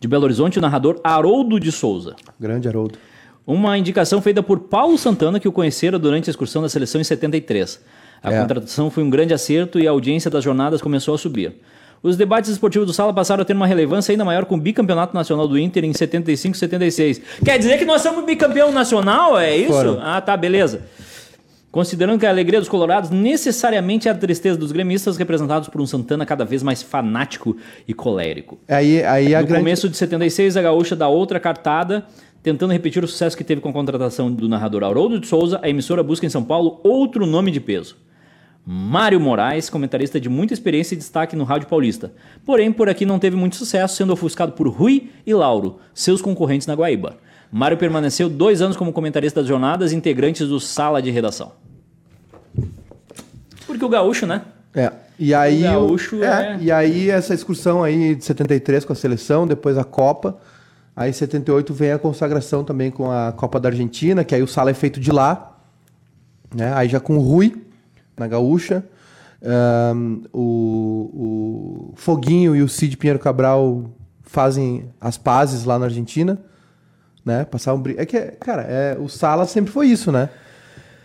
[SPEAKER 2] De Belo Horizonte, o narrador Haroldo de Souza.
[SPEAKER 1] Grande Haroldo.
[SPEAKER 2] Uma indicação feita por Paulo Santana, que o conhecera durante a excursão da seleção em 73. A
[SPEAKER 1] É.
[SPEAKER 2] contratação foi um grande acerto e a audiência das jornadas começou a subir. Os debates esportivos do Sala passaram a ter uma relevância ainda maior com o bicampeonato nacional do Inter em 75 76. Quer dizer que nós somos bicampeão nacional? É isso?
[SPEAKER 1] Foram.
[SPEAKER 2] Ah, tá, beleza. Considerando que a alegria dos colorados necessariamente é a tristeza dos gremistas, representados por um Santana cada vez mais fanático e colérico.
[SPEAKER 1] Aí, aí a
[SPEAKER 2] No
[SPEAKER 1] grande.
[SPEAKER 2] começo de 76, a Gaúcha dá outra cartada, tentando repetir o sucesso que teve com a contratação do narrador Haroldo de Souza. A emissora busca em São Paulo outro nome de peso. Mário Moraes, comentarista de muita experiência e destaque no Rádio Paulista. Porém, por aqui não teve muito sucesso, sendo ofuscado por Rui e Lauro, seus concorrentes na Guaíba. Mário permaneceu dois anos como comentarista das jornadas, integrantes do Sala de Redação. Porque o gaúcho, né?
[SPEAKER 1] É. E aí,
[SPEAKER 2] O gaúcho
[SPEAKER 1] é,
[SPEAKER 2] é-
[SPEAKER 1] e aí essa excursão aí de 73 com a seleção, depois a Copa. Aí em 78 vem a consagração também com a Copa da Argentina, que aí o Sala é feito de lá. Né? Aí já com o Rui, na Gaúcha. Ahn, o, o Foguinho e o Cid Pinheiro Cabral fazem as pazes lá na Argentina. Né? Passavam briga. É que, cara, é, o Sala sempre foi isso, né?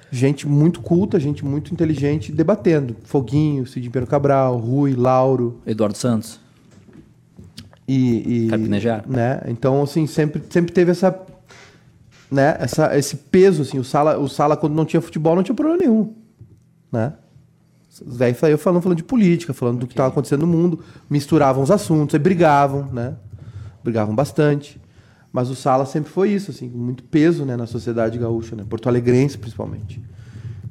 [SPEAKER 1] gente muito culta, gente muito inteligente debatendo. Foguinho, Cid Pedro Cabral, Rui, Lauro
[SPEAKER 2] Eduardo Santos.
[SPEAKER 1] e, e
[SPEAKER 2] Carpinejar.
[SPEAKER 1] né? Então assim sempre sempre teve essa né, essa esse peso assim, o sala, o sala quando não tinha futebol não tinha problema nenhum, né? Os velhos saíam falando, falando de política, falando do que estava acontecendo no mundo, misturavam os assuntos, aí brigavam, né? Brigavam bastante. Mas o Sala sempre foi isso, assim, com muito peso né, na sociedade gaúcha, né? Porto Alegrense, principalmente.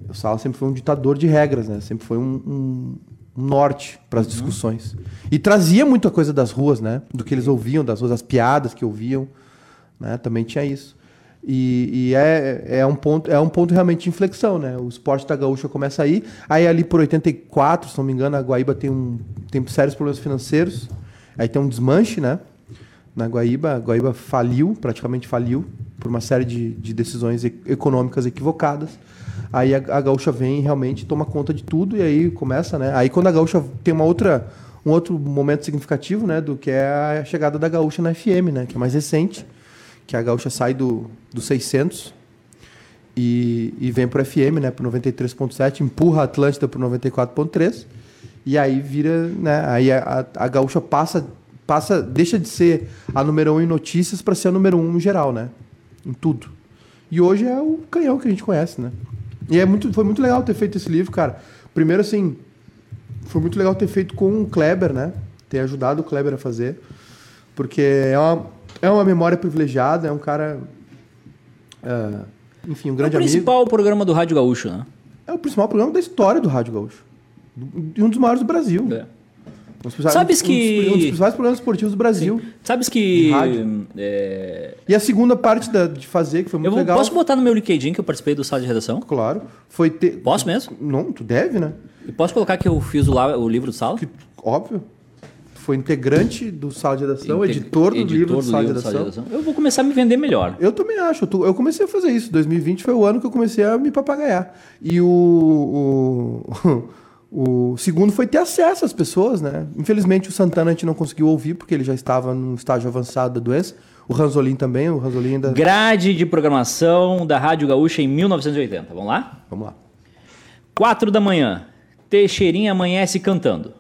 [SPEAKER 1] O Sala sempre foi um ditador de regras, né? Sempre foi um, um, um norte para as discussões. E trazia muita coisa das ruas, né? Do que eles ouviam das ruas, as piadas que ouviam, né? Também tinha isso. E, e é, é, um ponto, é um ponto realmente de inflexão, né? O esporte da gaúcha começa aí, aí ali por 84, se não me engano, a Guaíba tem, um, tem sérios problemas financeiros, aí tem um desmanche, né? Na Guaíba, a Guaíba faliu, praticamente faliu, por uma série de, de decisões e- econômicas equivocadas. Aí a, a gaúcha vem e realmente toma conta de tudo e aí começa, né? Aí quando a gaúcha tem uma outra um outro momento significativo, né, do que é a chegada da gaúcha na FM, né, que é mais recente, que a gaúcha sai do, do 600 e, e vem pro FM, né, pro 93.7, empurra a Atlântida pro 94.3 e aí vira, né, aí a, a, a gaúcha passa passa deixa de ser a número um em notícias para ser a número um em geral, né, em tudo. E hoje é o canhão que a gente conhece, né? E é muito, foi muito legal ter feito esse livro, cara. Primeiro, assim, foi muito legal ter feito com o Kleber, né? Ter ajudado o Kleber a fazer. Porque é uma, é uma memória privilegiada, é um cara. ah, enfim, um grande
[SPEAKER 2] é o
[SPEAKER 1] amigo.
[SPEAKER 2] principal programa do Rádio Gaúcho, né?
[SPEAKER 1] É o principal programa da história do Rádio Gaúcho. Do- E um dos maiores do Brasil.
[SPEAKER 2] É.
[SPEAKER 1] Um dos principais-
[SPEAKER 2] Sabes que-
[SPEAKER 1] Um dos, um dos principais programas esportivos do Brasil.
[SPEAKER 2] Sabes que.
[SPEAKER 1] De rádio?
[SPEAKER 2] é,
[SPEAKER 1] E a segunda parte da- de fazer, que foi muito
[SPEAKER 2] eu vou-
[SPEAKER 1] legal.
[SPEAKER 2] posso botar no meu LinkedIn que eu participei do sala de redação?
[SPEAKER 1] Claro. Foi ter.
[SPEAKER 2] Posso mesmo?
[SPEAKER 1] Não, tu deve, né?
[SPEAKER 2] E posso colocar que eu fiz o, la- o livro do sala?
[SPEAKER 1] que, óbvio, foi integrante do Sala de Redação,
[SPEAKER 2] Inte-
[SPEAKER 1] editor do livro do Sala de
[SPEAKER 2] Sala
[SPEAKER 1] Redação.
[SPEAKER 2] Eu vou começar a me vender melhor.
[SPEAKER 1] Eu também acho. eu tô- Eu comecei a fazer isso. 2020 foi o ano que eu comecei a me papagaiar. E o, o, o segundo foi ter acesso às pessoas, né? Infelizmente o Santana a gente não conseguiu ouvir, porque ele já estava num estágio avançado da doença. O Ranzolin também, o Ranzolin ainda...
[SPEAKER 2] Grade de programação da Rádio Gaúcha em 1980. Vamos lá?
[SPEAKER 1] Vamos lá.
[SPEAKER 2] 4 da manhã, Teixeirinha amanhece cantando.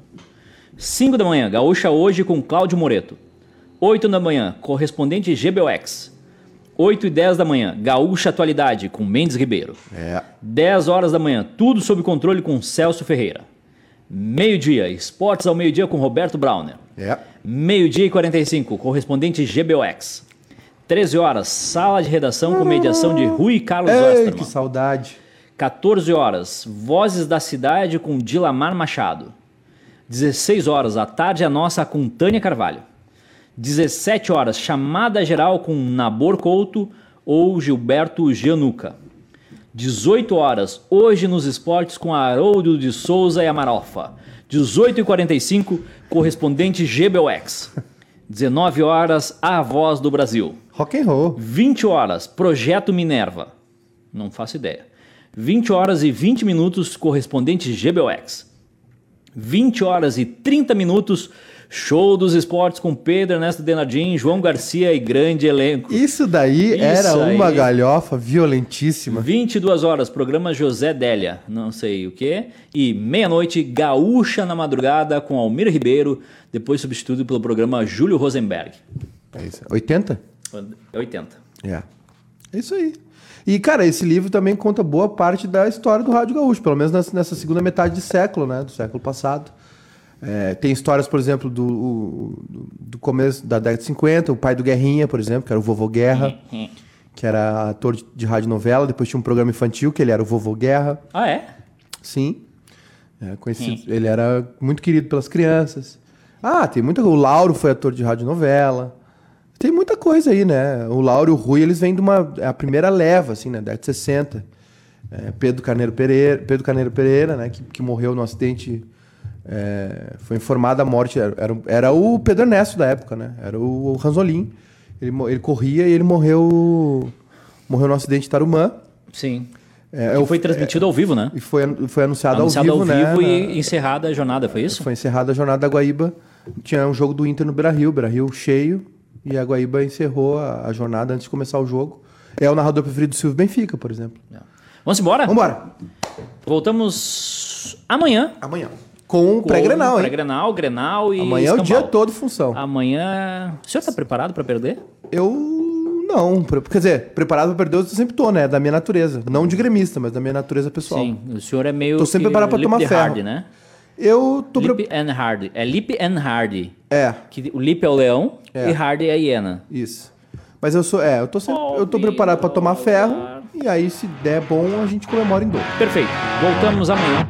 [SPEAKER 2] 5 da manhã, Gaúcha Hoje com Cláudio Moreto. 8 da manhã, correspondente GBOX. 8 e 10 da manhã, Gaúcha Atualidade com Mendes Ribeiro.
[SPEAKER 1] É.
[SPEAKER 2] 10 horas da manhã, tudo sob controle com Celso Ferreira. Meio-dia, esportes ao meio-dia com Roberto Browner.
[SPEAKER 1] É.
[SPEAKER 2] Meio-dia e 45, correspondente GBOX. 13 horas, sala de redação com mediação de Rui Carlos
[SPEAKER 1] Ei,
[SPEAKER 2] Osterman.
[SPEAKER 1] que saudade.
[SPEAKER 2] 14 horas, Vozes da Cidade com Dilamar Machado. 16 horas, à tarde a nossa com Tânia Carvalho. 17 horas, chamada geral com Nabor Couto ou Gilberto Gianuca. 18 horas, hoje nos esportes com Haroldo de Souza e Amarofa. 18h45, correspondente GBOX. 19 horas, A Voz do Brasil.
[SPEAKER 1] Rock and roll.
[SPEAKER 2] 20 horas, Projeto Minerva. Não faço ideia. 20 horas e 20 minutos, correspondente GBOX. 20 horas e 30 minutos, show dos esportes com Pedro Ernesto Denardim, João Garcia e grande elenco.
[SPEAKER 1] Isso daí
[SPEAKER 2] Isso
[SPEAKER 1] era uma
[SPEAKER 2] aí.
[SPEAKER 1] galhofa violentíssima.
[SPEAKER 2] 22 horas, programa José Délia, não sei o que. E meia-noite, Gaúcha na Madrugada com Almir Ribeiro, depois substituído pelo programa Júlio Rosenberg.
[SPEAKER 1] É isso. 80?
[SPEAKER 2] É 80.
[SPEAKER 1] É. É isso aí. E, cara, esse livro também conta boa parte da história do Rádio Gaúcho, pelo menos nessa- nessa segunda metade de século, né? Do século passado. É, tem histórias, por exemplo, do, o- do- do começo da década de 50, o pai do Guerrinha, por exemplo, que era o Vovô Guerra,
[SPEAKER 2] Uhum.
[SPEAKER 1] que era ator de, de rádio novela, depois tinha um programa infantil, que ele era o Vovô Guerra.
[SPEAKER 2] Ah, é?
[SPEAKER 1] Sim. É, conhecido. Ele era muito querido pelas crianças. Ah, tem muita O Lauro foi ator de rádio novela. Tem muita coisa aí, né? O Lauro e o Rui, eles vêm de uma. é a primeira leva, assim, né? Década de 60. É, Pedro Carneiro Pereira, Pedro Carneiro Pereira né? Que, que morreu no acidente. é, foi informada a morte. Era, era, era o Pedro Ernesto da época, né? Era o, o Ranzolin. Ele, mo- ele corria e ele morreu. Morreu no acidente de Tarumã.
[SPEAKER 2] Sim.
[SPEAKER 1] É,
[SPEAKER 2] que
[SPEAKER 1] eu-
[SPEAKER 2] foi transmitido ao vivo, né?
[SPEAKER 1] E foi, an- foi anunciado,
[SPEAKER 2] Anunciado ao vivo,
[SPEAKER 1] né?
[SPEAKER 2] e
[SPEAKER 1] na-
[SPEAKER 2] encerrada a jornada, foi isso?
[SPEAKER 1] Foi encerrada a jornada da Guaíba. Tinha um jogo do Inter no Beira-Rio, Beira-Rio cheio. E a Guaíba encerrou a, a jornada antes de começar o jogo. É o narrador preferido do Silvio Benfica, por exemplo.
[SPEAKER 2] Não. Vamos embora?
[SPEAKER 1] Vambora.
[SPEAKER 2] Voltamos amanhã.
[SPEAKER 1] Amanhã. Com o
[SPEAKER 2] com
[SPEAKER 1] pré-grenal, hein?
[SPEAKER 2] Pré-grenal, Grenal e
[SPEAKER 1] Amanhã é o
[SPEAKER 2] Escambau.
[SPEAKER 1] dia todo função.
[SPEAKER 2] Amanhã... O senhor está preparado para perder?
[SPEAKER 1] Eu não. pre- Quer dizer, preparado pra perder, eu sempre tô, né? Da minha natureza. Não de gremista, mas da minha natureza pessoal.
[SPEAKER 2] Sim. O senhor é meio
[SPEAKER 1] Tô sempre
[SPEAKER 2] que
[SPEAKER 1] preparado pra
[SPEAKER 2] Lip
[SPEAKER 1] tomar
[SPEAKER 2] de
[SPEAKER 1] ferro.
[SPEAKER 2] Hardy, né?
[SPEAKER 1] Eu tô. Pre...
[SPEAKER 2] Lip and Hardy. É Lip and Hardy.
[SPEAKER 1] É,
[SPEAKER 2] Que o Lip é o leão
[SPEAKER 1] É.
[SPEAKER 2] e Hardy é a hiena.
[SPEAKER 1] isso. Mas eu sou. É, eu tô sempre. eu tô preparado pra tomar ferro. E aí, se der bom, a gente comemora em dobro.
[SPEAKER 2] Perfeito. Voltamos amanhã.